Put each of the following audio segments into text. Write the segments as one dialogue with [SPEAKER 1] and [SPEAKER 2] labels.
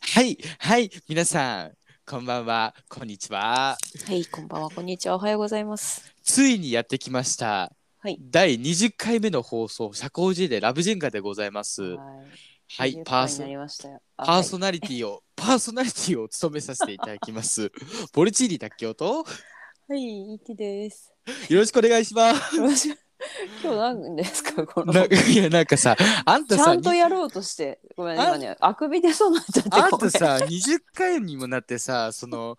[SPEAKER 1] はい、はい、皆さん、こんばんは、こんにちは。
[SPEAKER 2] はい、こんばんは、こんにちは、おはようございます。
[SPEAKER 1] ついにやってきました。
[SPEAKER 2] はい
[SPEAKER 1] 第20回目の放送、社交辞令ラブジェンガでございます。は、
[SPEAKER 2] はい
[SPEAKER 1] パーソ
[SPEAKER 2] になりましたよ。あ
[SPEAKER 1] パーソ
[SPEAKER 2] はい
[SPEAKER 1] ナリティを、パーソナリティを務めさせていただき ます。ボルチーニ卓球と、
[SPEAKER 2] はい、いきです。
[SPEAKER 1] よろしくお願いします。
[SPEAKER 2] 今日何ですか、この。
[SPEAKER 1] な
[SPEAKER 2] ち
[SPEAKER 1] いや、なんかさ、あんた
[SPEAKER 2] ゃ
[SPEAKER 1] さ、
[SPEAKER 2] んとやろうとして、ごめん、
[SPEAKER 1] あ
[SPEAKER 2] 今ね、あくび出そうになっちゃって。
[SPEAKER 1] あん
[SPEAKER 2] ごめ
[SPEAKER 1] た
[SPEAKER 2] ん
[SPEAKER 1] さ、20回にもなってさ、その、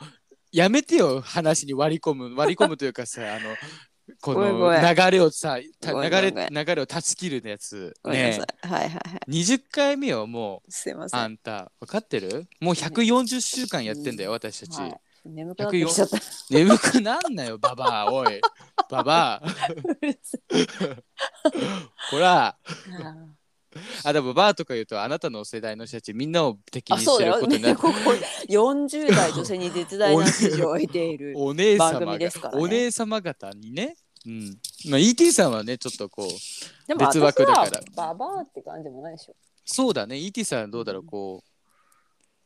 [SPEAKER 1] やめてよ、話に割り込む、割り込むというかさ、あの、こ
[SPEAKER 2] ごめんごめ
[SPEAKER 1] の
[SPEAKER 2] ん
[SPEAKER 1] 流れをさ、た
[SPEAKER 2] ごめ
[SPEAKER 1] 流
[SPEAKER 2] んごめん
[SPEAKER 1] れ、流れを断ち切るやつ。
[SPEAKER 2] ごめんな
[SPEAKER 1] ね
[SPEAKER 2] さい。はいはいはい。
[SPEAKER 1] 20回目をも
[SPEAKER 2] すいま
[SPEAKER 1] う、
[SPEAKER 2] せん。
[SPEAKER 1] あんた、分かってるもう140週間やってんだよ、私たち。
[SPEAKER 2] はい眠くなってきちゃった。
[SPEAKER 1] 眠くなんなよ、ババア、おい。ババア、
[SPEAKER 2] うるさ い
[SPEAKER 1] ほら。
[SPEAKER 2] あ
[SPEAKER 1] あ、でも、バーとか言うと、あなたの世代の人たち、みんなを敵
[SPEAKER 2] ー
[SPEAKER 1] に
[SPEAKER 2] あ、
[SPEAKER 1] し
[SPEAKER 2] そう
[SPEAKER 1] て
[SPEAKER 2] だ
[SPEAKER 1] る
[SPEAKER 2] よ。
[SPEAKER 1] ことにな
[SPEAKER 2] ね
[SPEAKER 1] る。
[SPEAKER 2] ここ40代女性に絶大な支持を得ている。
[SPEAKER 1] お姉様が、
[SPEAKER 2] 番組ですからね
[SPEAKER 1] お姉様方にね、うん、まあ ET さんはねちょっとこう
[SPEAKER 2] でも
[SPEAKER 1] 別
[SPEAKER 2] 私
[SPEAKER 1] 枠だか
[SPEAKER 2] は
[SPEAKER 1] ら
[SPEAKER 2] ババアって感じもないでしょ。
[SPEAKER 1] そうだね ET さんはどうだろうこう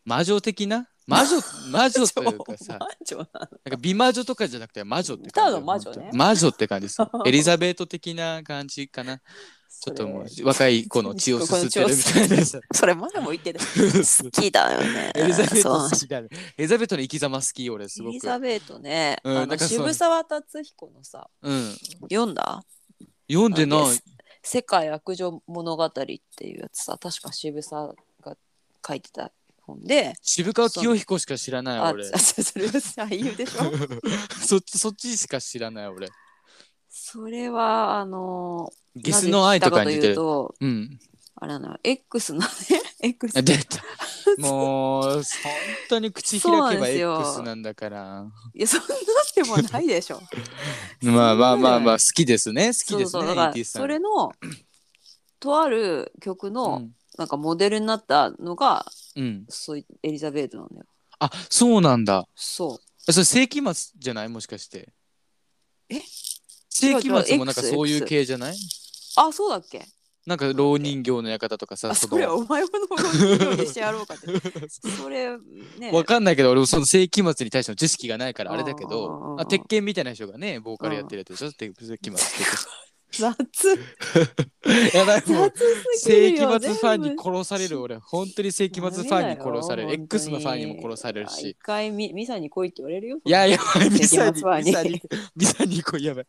[SPEAKER 1] 魔女的な魔 女魔女というかさ
[SPEAKER 2] ちょっと待っ
[SPEAKER 1] な
[SPEAKER 2] て
[SPEAKER 1] んか美魔女とかじゃなくて魔女って感じ
[SPEAKER 2] ただの魔女ね
[SPEAKER 1] 本当魔女って感 じですよエリザベート的な感じかなちょっともう若い子の血をすすってるみたいなさ
[SPEAKER 2] それ前も言ってた。好きだよね。
[SPEAKER 1] エリザベー
[SPEAKER 2] そ
[SPEAKER 1] ト
[SPEAKER 2] う
[SPEAKER 1] 好きだねエリザベートの生き様好き俺す
[SPEAKER 2] エ
[SPEAKER 1] ご
[SPEAKER 2] リ
[SPEAKER 1] く
[SPEAKER 2] ザベートね、
[SPEAKER 1] うん
[SPEAKER 2] あ
[SPEAKER 1] なん
[SPEAKER 2] の
[SPEAKER 1] かそう
[SPEAKER 2] 渋沢達彦のさ、
[SPEAKER 1] うん
[SPEAKER 2] 読んだ
[SPEAKER 1] 読んでな
[SPEAKER 2] あの
[SPEAKER 1] い
[SPEAKER 2] せ世界悪女物語っていうやつさ、確か渋沢が書いてた本で、
[SPEAKER 1] 渋川清彦しか知らない
[SPEAKER 2] あ、
[SPEAKER 1] 俺
[SPEAKER 2] あそ れは俳優でしょ
[SPEAKER 1] そっちそっちしか知らない俺
[SPEAKER 2] それは、あの、
[SPEAKER 1] ゲスの愛とかに似てる。
[SPEAKER 2] なぜ知ったというと、
[SPEAKER 1] うん。
[SPEAKER 2] あれなの、X のね、X
[SPEAKER 1] あ出 た。もう、本当に口開けば X なんだから。
[SPEAKER 2] いや、そんなでもないでしょ。
[SPEAKER 1] まあまあまあまあ、
[SPEAKER 2] そ
[SPEAKER 1] 好きですね。好きです
[SPEAKER 2] そう
[SPEAKER 1] ね、
[SPEAKER 2] そうだか
[SPEAKER 1] ET
[SPEAKER 2] ら
[SPEAKER 1] さん。
[SPEAKER 2] それのとある曲
[SPEAKER 1] う
[SPEAKER 2] の
[SPEAKER 1] ん
[SPEAKER 2] なんかモデルになったのが、
[SPEAKER 1] うん。
[SPEAKER 2] そういエリザベートなんだよ。
[SPEAKER 1] あ、そうなんだ。
[SPEAKER 2] そ
[SPEAKER 1] それ世紀末じゃないもしかして。
[SPEAKER 2] え
[SPEAKER 1] 世紀末もなんか
[SPEAKER 2] 違う違う
[SPEAKER 1] そういう
[SPEAKER 2] X。
[SPEAKER 1] 系じゃないう
[SPEAKER 2] あ、そうだっけ？
[SPEAKER 1] なんか老人形の館とかさ、
[SPEAKER 2] あ、
[SPEAKER 1] そ
[SPEAKER 2] それ
[SPEAKER 1] の
[SPEAKER 2] お前ものにしてやろうかって。 それね。
[SPEAKER 1] わかんないけど、俺もその世紀末に対しての知識がないからあれだけ
[SPEAKER 2] うんうんうんう
[SPEAKER 1] ど、
[SPEAKER 2] ん
[SPEAKER 1] あ鉄拳みたいな人がね、ボーカルやってるやつでしょ世紀末っ
[SPEAKER 2] 雑
[SPEAKER 1] ていや。だ からもう
[SPEAKER 2] 雑すぎ
[SPEAKER 1] 世
[SPEAKER 2] る
[SPEAKER 1] 紀
[SPEAKER 2] よ。
[SPEAKER 1] 末ファンに
[SPEAKER 2] 全部
[SPEAKER 1] 殺される俺本当に世紀末ファンに殺される X のファンにも殺される
[SPEAKER 2] あ一
[SPEAKER 1] し
[SPEAKER 2] 回ミミサに来いって言われるよ。
[SPEAKER 1] いややばいミ
[SPEAKER 2] 世紀
[SPEAKER 1] サ
[SPEAKER 2] 末
[SPEAKER 1] に
[SPEAKER 2] ファ
[SPEAKER 1] ミ
[SPEAKER 2] ン
[SPEAKER 1] サ
[SPEAKER 2] に
[SPEAKER 1] にミサにこうやばい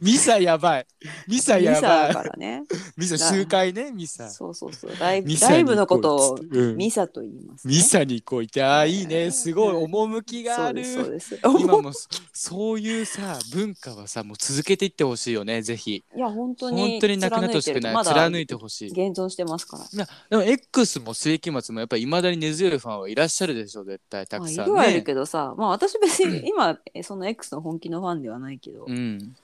[SPEAKER 1] ミサやばいミサ
[SPEAKER 2] ミサ
[SPEAKER 1] やば
[SPEAKER 2] だ
[SPEAKER 1] い
[SPEAKER 2] からね。
[SPEAKER 1] ミサ集会ねミサ
[SPEAKER 2] そうそうそう。ライブ
[SPEAKER 1] ミサ
[SPEAKER 2] ライ
[SPEAKER 1] に
[SPEAKER 2] ブのこと
[SPEAKER 1] 行
[SPEAKER 2] を
[SPEAKER 1] こうっつってうん
[SPEAKER 2] ミサと言います、ね。
[SPEAKER 1] ミサにこういてああいいねすごい
[SPEAKER 2] うん
[SPEAKER 1] 趣がある
[SPEAKER 2] そうです そうです。
[SPEAKER 1] 今もそそういうさ文化はさもう続けていってほしいよねぜひ
[SPEAKER 2] いや本当に
[SPEAKER 1] 本当になくなってほしくない
[SPEAKER 2] まだ
[SPEAKER 1] 貫いてほしい
[SPEAKER 2] 現存してますから。
[SPEAKER 1] でも X も世紀末もやっぱりいまだに根強いファンはいらっしゃるでしょ絶対た
[SPEAKER 2] ま
[SPEAKER 1] く
[SPEAKER 2] あ、い
[SPEAKER 1] さん
[SPEAKER 2] る
[SPEAKER 1] ね、
[SPEAKER 2] はいるけどさ、まあ私別に今えその X の本気のファンではないけど、
[SPEAKER 1] うん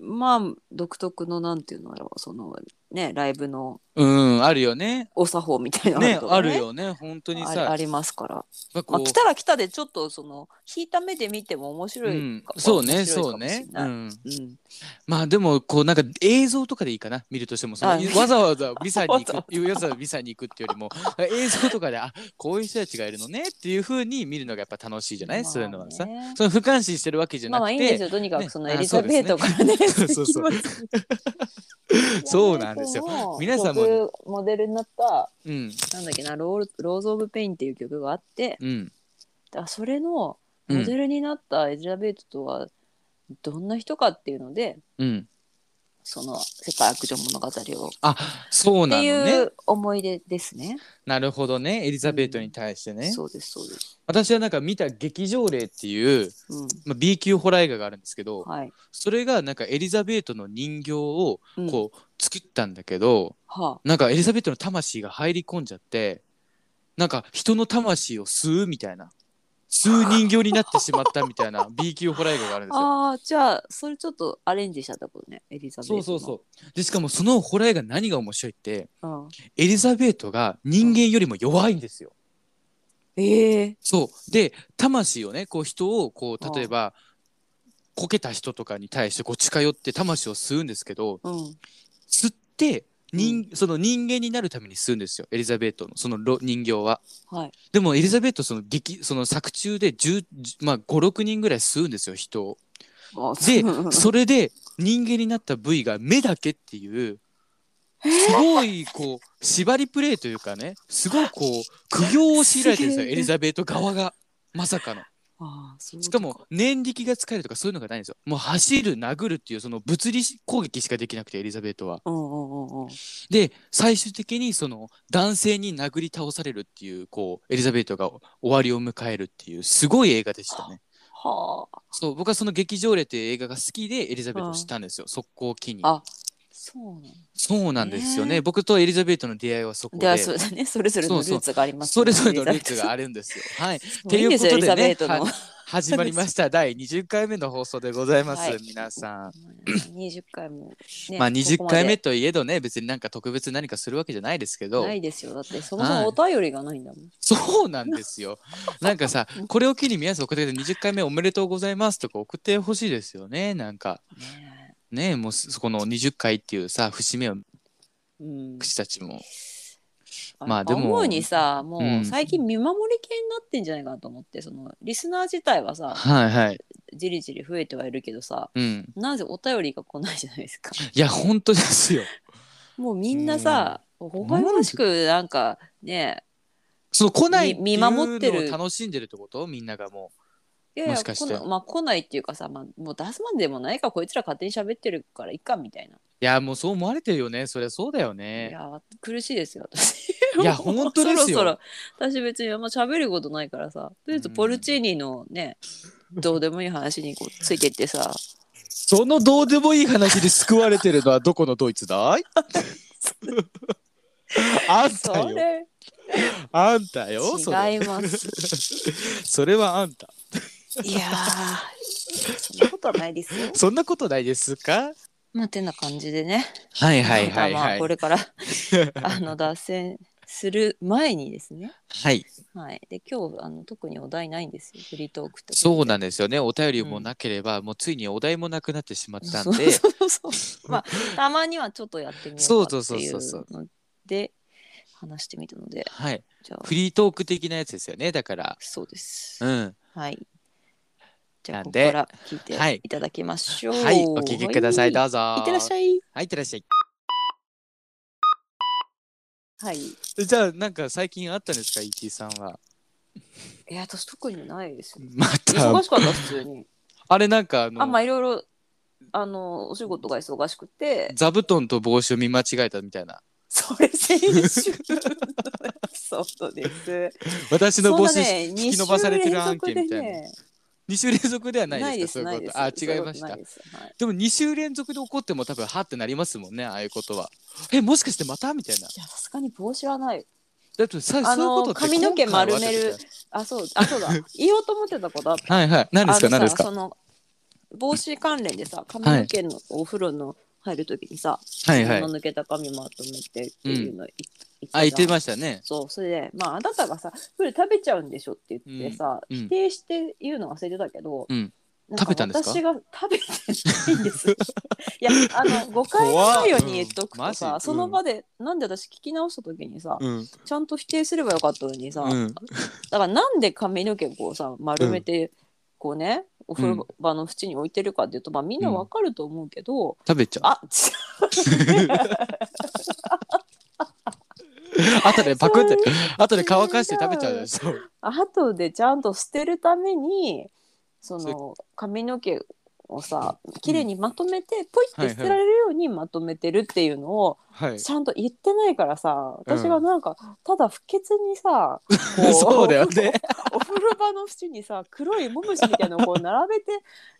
[SPEAKER 2] まあ独特のなんていうのだろうそのねライブの
[SPEAKER 1] うん、あるよね。
[SPEAKER 2] お作法みたいなの
[SPEAKER 1] ね
[SPEAKER 2] と、か
[SPEAKER 1] あるよね。本当に
[SPEAKER 2] あ
[SPEAKER 1] さ、
[SPEAKER 2] り
[SPEAKER 1] や
[SPEAKER 2] あ
[SPEAKER 1] っ
[SPEAKER 2] りますから、
[SPEAKER 1] ぱ
[SPEAKER 2] ま
[SPEAKER 1] こ
[SPEAKER 2] あ、
[SPEAKER 1] う
[SPEAKER 2] 来たら来たでちょっとその引いた目で見ても面白
[SPEAKER 1] う
[SPEAKER 2] いか、
[SPEAKER 1] ん、そうね、
[SPEAKER 2] 面白いか
[SPEAKER 1] そう
[SPEAKER 2] もしれ
[SPEAKER 1] ね。う
[SPEAKER 2] な
[SPEAKER 1] ん、
[SPEAKER 2] いうん、
[SPEAKER 1] まあでもこうなんか映像とかでいい かな、見るとしてもその
[SPEAKER 2] あ
[SPEAKER 1] わざわざビサに行く、
[SPEAKER 2] わざ
[SPEAKER 1] わ
[SPEAKER 2] わ
[SPEAKER 1] ざわざビサに行くっていうよりも映像とかであこういう人たちがいるのねっていう風に見るのがやっぱ楽しいじゃない？そういうのはさ
[SPEAKER 2] ま、あね
[SPEAKER 1] その不関心してるわけじゃ
[SPEAKER 2] ま
[SPEAKER 1] な
[SPEAKER 2] あまあ
[SPEAKER 1] く
[SPEAKER 2] いいんです
[SPEAKER 1] て、
[SPEAKER 2] よとにか
[SPEAKER 1] ね
[SPEAKER 2] くそのエリザベートからね
[SPEAKER 1] あそうですねそうそう そうなんですよ。
[SPEAKER 2] よ
[SPEAKER 1] 皆さんも
[SPEAKER 2] もモデルになった
[SPEAKER 1] うん、
[SPEAKER 2] なんだっけなロール「ローズ・オブ・ペイン」っていう曲があって
[SPEAKER 1] うん、
[SPEAKER 2] あそれの
[SPEAKER 1] う
[SPEAKER 2] モデ
[SPEAKER 1] ん、
[SPEAKER 2] ルになったエリザベートとはどんな人かっていうので、
[SPEAKER 1] うん。
[SPEAKER 2] その世界悪女物語をっ
[SPEAKER 1] あ、そうな
[SPEAKER 2] て
[SPEAKER 1] の
[SPEAKER 2] い
[SPEAKER 1] ね。
[SPEAKER 2] う思い出ですね。
[SPEAKER 1] なるほどね。エリザベートに対してね。
[SPEAKER 2] そうですそうです。
[SPEAKER 1] 私はなんか見た劇場霊っていう。
[SPEAKER 2] うん
[SPEAKER 1] まあ、B 級ホラー映画があるんですけど
[SPEAKER 2] はい。
[SPEAKER 1] それがなんかエリザベートの人形を
[SPEAKER 2] うん
[SPEAKER 1] こう作ったんだけど、
[SPEAKER 2] は
[SPEAKER 1] なんかエリザベートの魂が入り込んじゃってなんか人の魂を吸うみたいな吸う人形になってしまったみたい な B 級ホラー映画があるんですよ。
[SPEAKER 2] あ、あーじゃあそれちょっとアレンジしちゃったことねエリザベート
[SPEAKER 1] そう
[SPEAKER 2] の。
[SPEAKER 1] そうそうでしかもそのホラー映画何が面白いって
[SPEAKER 2] う。ん、
[SPEAKER 1] エリザベートが人間よりも弱いんですよ。
[SPEAKER 2] ええ
[SPEAKER 1] そうで魂をねこう人をこ
[SPEAKER 2] あ
[SPEAKER 1] う
[SPEAKER 2] あ
[SPEAKER 1] 例えばこけた人とかに対してこう近寄って魂を吸うんですけど、
[SPEAKER 2] うん。
[SPEAKER 1] 吸って人その人間になるために吸うんですよエリザベートのそのろ人形は。
[SPEAKER 2] はい
[SPEAKER 1] でもエリザベートその劇その作中で10、まあ、56人ぐらい吸うんですよ人を。
[SPEAKER 2] あ
[SPEAKER 1] で
[SPEAKER 2] そう
[SPEAKER 1] それで人間になった部位が目だけっていうすごいこう縛りプレイというかねすごい こう苦行を強いられてるんです
[SPEAKER 2] す
[SPEAKER 1] よ
[SPEAKER 2] げえ
[SPEAKER 1] エリザベート側がまさかの。
[SPEAKER 2] あーそういう
[SPEAKER 1] し
[SPEAKER 2] こ
[SPEAKER 1] か
[SPEAKER 2] と
[SPEAKER 1] も念力が使えるとかそういうのがないんですよ。もう走る殴るっていうその物理攻撃しかできなくてエリザベートは。
[SPEAKER 2] うんうんうんうん
[SPEAKER 1] で最終的にその男性に殴り倒されるっていうこうエリザベートが終わりを迎えるっていうすごい映画でしたね。
[SPEAKER 2] はあ
[SPEAKER 1] そう僕はその「劇場令」っていう映画が好きでエリザベートを知ったんですよ速攻を機に。
[SPEAKER 2] あそうなんだ
[SPEAKER 1] そうなんですよ
[SPEAKER 2] ね
[SPEAKER 1] ね。僕とエリザベートの出会いはそこ
[SPEAKER 2] では
[SPEAKER 1] で。
[SPEAKER 2] そうだねそれぞれのルーツがあります
[SPEAKER 1] それぞれのルーツが
[SPEAKER 2] あ
[SPEAKER 1] あるんですよ。はい。
[SPEAKER 2] るいいんですよエ
[SPEAKER 1] っていう
[SPEAKER 2] リ
[SPEAKER 1] こと
[SPEAKER 2] ザ
[SPEAKER 1] でね
[SPEAKER 2] ベートの
[SPEAKER 1] は始まりました。第20回目の放送でございます。
[SPEAKER 2] はい
[SPEAKER 1] 皆さん。
[SPEAKER 2] 20回もね
[SPEAKER 1] まあ
[SPEAKER 2] こ
[SPEAKER 1] 20
[SPEAKER 2] こま
[SPEAKER 1] 回
[SPEAKER 2] で
[SPEAKER 1] 目といえどね、別になんか特別何かするわけじゃないですけど。
[SPEAKER 2] ないですよだってそもそもお便りがないんだもん、
[SPEAKER 1] そうなんです よ。なんかさ、これを機に皆さん送ってくれて20回目おめでとうございますとか送ってほしいですよね。なんか
[SPEAKER 2] ね
[SPEAKER 1] ね、もうすそこの20回っていうさ、節目を
[SPEAKER 2] うん、
[SPEAKER 1] 口たちも。
[SPEAKER 2] ま
[SPEAKER 1] ま
[SPEAKER 2] あ
[SPEAKER 1] あ
[SPEAKER 2] で
[SPEAKER 1] で
[SPEAKER 2] も
[SPEAKER 1] も
[SPEAKER 2] 思うにさも
[SPEAKER 1] う
[SPEAKER 2] うん最近見守り系になってんじゃないかなと思ってそのリスナー自体はさ
[SPEAKER 1] はいはい。
[SPEAKER 2] じりじり増えてはいるけどさ
[SPEAKER 1] うん。
[SPEAKER 2] なぜお便りが来ないじゃないですか
[SPEAKER 1] いや、本当ですよ。
[SPEAKER 2] もうみんなさ微笑ましくなんかね
[SPEAKER 1] その来ないって
[SPEAKER 2] み
[SPEAKER 1] い
[SPEAKER 2] 見
[SPEAKER 1] う
[SPEAKER 2] 守ってる
[SPEAKER 1] のを楽しんでるってことみんながも
[SPEAKER 2] いやいや
[SPEAKER 1] もしかして
[SPEAKER 2] 来なまあ、来ないっていうかさ、まあ、もう出すまんでもないからこいつら勝手に喋ってるからいいかみたいな、
[SPEAKER 1] う。いや、もうそう思われてるよね。そりゃそうだよね
[SPEAKER 2] い。や苦しいですよ私
[SPEAKER 1] いや
[SPEAKER 2] もう
[SPEAKER 1] 本当ですよ
[SPEAKER 2] そろそろ私別にあんま喋ることないからさとりあえず
[SPEAKER 1] うん
[SPEAKER 2] ポルチーニのね、どうでもいい話にこうついてってさ
[SPEAKER 1] そのどうでもいい話で救われてるのはどこのドイツだ いあんた
[SPEAKER 2] そ
[SPEAKER 1] よ。
[SPEAKER 2] れ
[SPEAKER 1] あんたよ。そ
[SPEAKER 2] 違い
[SPEAKER 1] れ
[SPEAKER 2] ます
[SPEAKER 1] それはあんた。
[SPEAKER 2] いやーそんなことはないですよ
[SPEAKER 1] そんなことないですか
[SPEAKER 2] まあてな感じでね
[SPEAKER 1] はい
[SPEAKER 2] まあまあこれからあの脱線する前にですね
[SPEAKER 1] はい。
[SPEAKER 2] はい、で今日あの特にお題ないんですよフリートークって
[SPEAKER 1] そうなんんですよね。お便りもなければ、もうついにお題もなくなってしまったん
[SPEAKER 2] そう
[SPEAKER 1] で。
[SPEAKER 2] そうそうそうまあたまにはちょっとやってみようかっていう
[SPEAKER 1] そうそうそう
[SPEAKER 2] ので話してみたので
[SPEAKER 1] はい。
[SPEAKER 2] じゃあ
[SPEAKER 1] フリートーク的なやつですよね。だから。
[SPEAKER 2] そうです、
[SPEAKER 1] うん。
[SPEAKER 2] はいじゃあ
[SPEAKER 1] な
[SPEAKER 2] ここ
[SPEAKER 1] んで
[SPEAKER 2] から聞い
[SPEAKER 1] は
[SPEAKER 2] て
[SPEAKER 1] い
[SPEAKER 2] いただきましょう
[SPEAKER 1] はい。お聞きください。
[SPEAKER 2] は
[SPEAKER 1] どうぞ。
[SPEAKER 2] いいってらっし
[SPEAKER 1] い。
[SPEAKER 2] ゃい
[SPEAKER 1] はい、いってらっしゃい。
[SPEAKER 2] はい
[SPEAKER 1] じゃあなんか最近あったんですか ET さんは。
[SPEAKER 2] いや私特にないですよ
[SPEAKER 1] ま
[SPEAKER 2] 忙
[SPEAKER 1] た
[SPEAKER 2] しかった普通 に
[SPEAKER 1] あれなんかあの
[SPEAKER 2] あまあいろいろあのお仕事が忙しくて
[SPEAKER 1] 座布団と帽子を見間違えたみたいな
[SPEAKER 2] それ先週のエピ ソードです
[SPEAKER 1] 私の帽子
[SPEAKER 2] そんなね
[SPEAKER 1] 引き伸ばされてる案件みたいな
[SPEAKER 2] 二週
[SPEAKER 1] 2週
[SPEAKER 2] 連続でね
[SPEAKER 1] 連続ではな
[SPEAKER 2] ないい
[SPEAKER 1] で
[SPEAKER 2] ですす
[SPEAKER 1] か
[SPEAKER 2] ない
[SPEAKER 1] そうい
[SPEAKER 2] で
[SPEAKER 1] うこ
[SPEAKER 2] す
[SPEAKER 1] とあ違いまし
[SPEAKER 2] そう
[SPEAKER 1] た
[SPEAKER 2] うことないです
[SPEAKER 1] でも2週連続で怒っても多分はってなりますもんねああいうことはえもしかしてまたみたいない
[SPEAKER 2] やさすがに帽子はない
[SPEAKER 1] だってさ、
[SPEAKER 2] あのー
[SPEAKER 1] そういうことって
[SPEAKER 2] 髪の毛
[SPEAKER 1] 今回は
[SPEAKER 2] 丸めるあそうあそ うだ言おうと思ってたことあった
[SPEAKER 1] はいはい何ですか
[SPEAKER 2] あのさ
[SPEAKER 1] 何ですか
[SPEAKER 2] その帽子関連でさ髪の毛のお風呂の入るときにさ、
[SPEAKER 1] はいはい
[SPEAKER 2] その抜けた髪まとめてっていうのい言っ
[SPEAKER 1] あ言って
[SPEAKER 2] たじゃん
[SPEAKER 1] ましたね
[SPEAKER 2] そうそれでまああなたがさこれ食べちゃうんでしょって言ってさ、
[SPEAKER 1] うんうん
[SPEAKER 2] 否定して言うの忘れてたけど、
[SPEAKER 1] うん
[SPEAKER 2] なか
[SPEAKER 1] 食べたんですか
[SPEAKER 2] 私が食べてないん です。いやあの誤解のないように言っとく
[SPEAKER 1] 怖っうん
[SPEAKER 2] とさ、
[SPEAKER 1] マジ
[SPEAKER 2] その場でなんで私聞き直した時にさ、
[SPEAKER 1] うん
[SPEAKER 2] ちゃんと否定すればよかったのにさ、
[SPEAKER 1] うん
[SPEAKER 2] だからなんで髪の毛をこうさ丸めてこうね、お風呂場の縁に置いてるかっていうと、まあ、みんなわかると思うけど、
[SPEAKER 1] 食べちゃう
[SPEAKER 2] あ
[SPEAKER 1] 後でパクって
[SPEAKER 2] そ
[SPEAKER 1] 後で乾かして食べちゃうでしょ
[SPEAKER 2] あとでちゃんと捨てるためにその髪の毛をさ綺麗にまとめて、ポイって捨てられるようにまとめてるっていうのを、
[SPEAKER 1] はい
[SPEAKER 2] ちゃんと言ってないからさ私がなんか、ただ不潔 にさこ
[SPEAKER 1] そうだよね
[SPEAKER 2] お風呂場の縁にさ黒いモムシみたいなのをこう並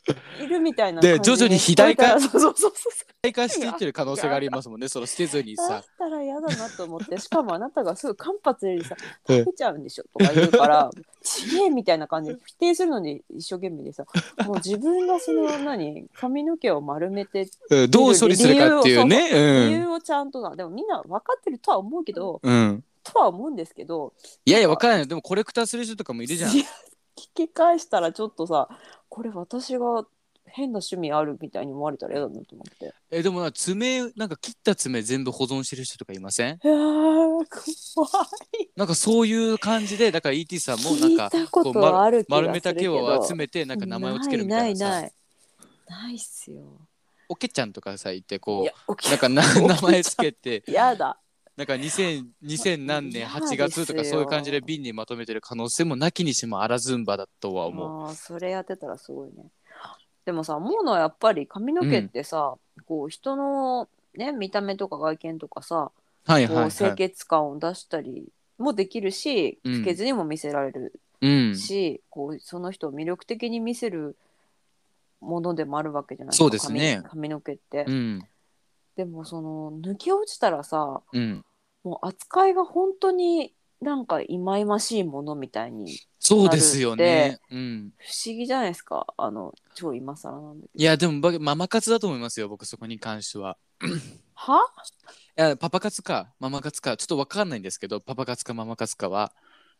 [SPEAKER 2] べているみたいな
[SPEAKER 1] で
[SPEAKER 2] 感じに
[SPEAKER 1] 徐々に肥大化
[SPEAKER 2] そうそうそうそう
[SPEAKER 1] 再開していってる可能性がありますもんねその捨てずに
[SPEAKER 2] だっ
[SPEAKER 1] さ
[SPEAKER 2] たら嫌だなと思 ってしかもあなたがすぐ間髪入れてさ「
[SPEAKER 1] うん
[SPEAKER 2] 食べちゃうんでしょ」とか言う から「ちげえ」みたいな感じで否定するのに一生懸命でさもう自分がその何髪の毛を丸めて
[SPEAKER 1] うんどう処理するかっていうね
[SPEAKER 2] 理
[SPEAKER 1] うん
[SPEAKER 2] 由をちゃんとな、でもみんな分かってるとは思うけど
[SPEAKER 1] うん
[SPEAKER 2] とは思うんですけど
[SPEAKER 1] いやいやわからないでもコレクターする人とかもいるじゃん
[SPEAKER 2] 聞き返したらちょっとさこれ私が変な趣味あるみたいに思われたら嫌だなと思って。
[SPEAKER 1] えでもな爪なんか切った爪全部保存してる人とかいません
[SPEAKER 2] へー怖
[SPEAKER 1] なんかそういう感じでだから ET さんも
[SPEAKER 2] い。
[SPEAKER 1] なん
[SPEAKER 2] 聞い
[SPEAKER 1] か
[SPEAKER 2] たこ
[SPEAKER 1] う
[SPEAKER 2] と
[SPEAKER 1] ま
[SPEAKER 2] はある気がするけ
[SPEAKER 1] 丸
[SPEAKER 2] ど。
[SPEAKER 1] めた毛を集めてなんか名前をつけるみたいなさ
[SPEAKER 2] ないないない。ないっすよ。
[SPEAKER 1] おけちゃんとかさいて
[SPEAKER 2] い
[SPEAKER 1] こ
[SPEAKER 2] や、お
[SPEAKER 1] う
[SPEAKER 2] き
[SPEAKER 1] なんかな
[SPEAKER 2] おけちゃん
[SPEAKER 1] 名前つけて
[SPEAKER 2] やだ。
[SPEAKER 1] なんか2000 2000何年8月と
[SPEAKER 2] 嫌
[SPEAKER 1] か
[SPEAKER 2] ですよ
[SPEAKER 1] そういう感じで瓶にまとめてる可能性もなきにしもあらずんばだとは思う。
[SPEAKER 2] ああ、それやってたらすごいね。でもさ、思うのはやっぱり髪の毛ってさ、こう人のね見た目とか外見とかさ、
[SPEAKER 1] はいはい
[SPEAKER 2] こ
[SPEAKER 1] は
[SPEAKER 2] う
[SPEAKER 1] い。
[SPEAKER 2] 清潔感を出したりもできるし、
[SPEAKER 1] うん
[SPEAKER 2] 不潔にも見せられる
[SPEAKER 1] うん、
[SPEAKER 2] し、こうその人を魅力的に見せるものでもあるわけじゃない
[SPEAKER 1] そうですね
[SPEAKER 2] 髪髪の毛って、
[SPEAKER 1] うん、
[SPEAKER 2] でもその抜け落ちたらさ
[SPEAKER 1] うん、
[SPEAKER 2] もう扱いが本当になんか忌々しいものみたいに
[SPEAKER 1] そうですよね。うん、
[SPEAKER 2] 不思議じゃないですかあの超今更なんだけど
[SPEAKER 1] いやでもばママ活だと思いますよ僕そこに関しては。
[SPEAKER 2] はい
[SPEAKER 1] やパパ活かママ活かちょっと分かんないんですけどパパ活かママ活かは。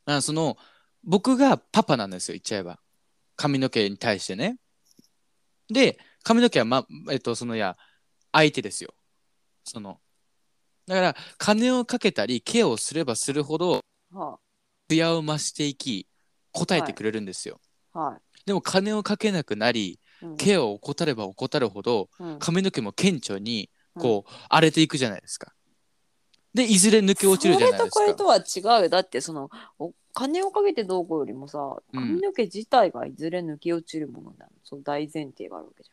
[SPEAKER 1] あその僕がパパなんですよ言っちゃえば髪の毛に対してね。で髪の毛は、まえっと、そのいや相手ですよ。そのだから金をかけたりケアをすればするほど
[SPEAKER 2] は
[SPEAKER 1] 艶を増していき答えてくれるんですよ。
[SPEAKER 2] あは
[SPEAKER 1] でも金をかけなくなり
[SPEAKER 2] い、うん
[SPEAKER 1] ケアを怠れば怠るほど
[SPEAKER 2] うん
[SPEAKER 1] 髪の毛も顕著にこう荒れていくじゃないですか。でいずれ抜け落ちるじゃないです
[SPEAKER 2] それ
[SPEAKER 1] か。
[SPEAKER 2] とこれとは違うよだってそのお金をかけてどうこうよりもさ
[SPEAKER 1] うん
[SPEAKER 2] 髪の毛自体がいずれ抜け落ちるものなの、その大前提があるわけじ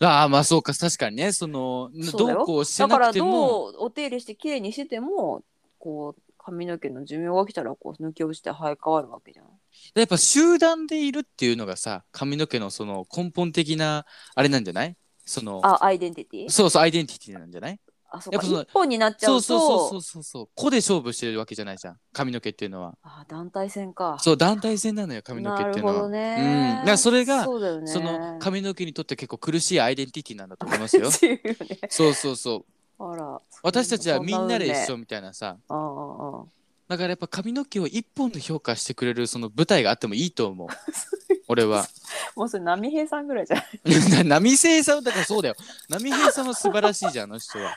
[SPEAKER 1] ああまあそうか確かにねその
[SPEAKER 2] そうだよ
[SPEAKER 1] どうこうし
[SPEAKER 2] ゃ
[SPEAKER 1] て
[SPEAKER 2] んだか
[SPEAKER 1] な
[SPEAKER 2] ら
[SPEAKER 1] くても
[SPEAKER 2] どうお手入れして綺麗にしててもこう髪の毛の寿命が来たらこう抜け落ちて生え変わるわけじゃん
[SPEAKER 1] やっぱ集団でいるっていうのがさ髪の毛のその根本的なあれなんじゃないその
[SPEAKER 2] あアイデンティティ
[SPEAKER 1] そうそうアイデンティティなんじゃない
[SPEAKER 2] あそう
[SPEAKER 1] やっ
[SPEAKER 2] か
[SPEAKER 1] ぱその
[SPEAKER 2] 一本になっちゃう
[SPEAKER 1] そ
[SPEAKER 2] と
[SPEAKER 1] うそうそうそうそう個で勝負してるわけじゃないじゃん髪の毛っていうのは
[SPEAKER 2] あ団体戦か
[SPEAKER 1] そう団体戦なのよ髪の毛っていうのは
[SPEAKER 2] なるほどね、
[SPEAKER 1] うんだからそれが
[SPEAKER 2] そうだよね。
[SPEAKER 1] その髪の毛にとって結構苦しいアイデンティティなんだと思いますよ
[SPEAKER 2] 強いよね
[SPEAKER 1] そうそうそう
[SPEAKER 2] あら
[SPEAKER 1] 私たちはみんなで一
[SPEAKER 2] 緒
[SPEAKER 1] 緒みたいなさ
[SPEAKER 2] ああああ
[SPEAKER 1] だからやっぱ髪の毛を一本で評価してくれるその舞台があってもいいと 思う俺は
[SPEAKER 2] もうそれ波平さんぐら いじゃな
[SPEAKER 1] な
[SPEAKER 2] い
[SPEAKER 1] 波平さんだからそうだよ波平さんは素晴らしいじゃんあの人 は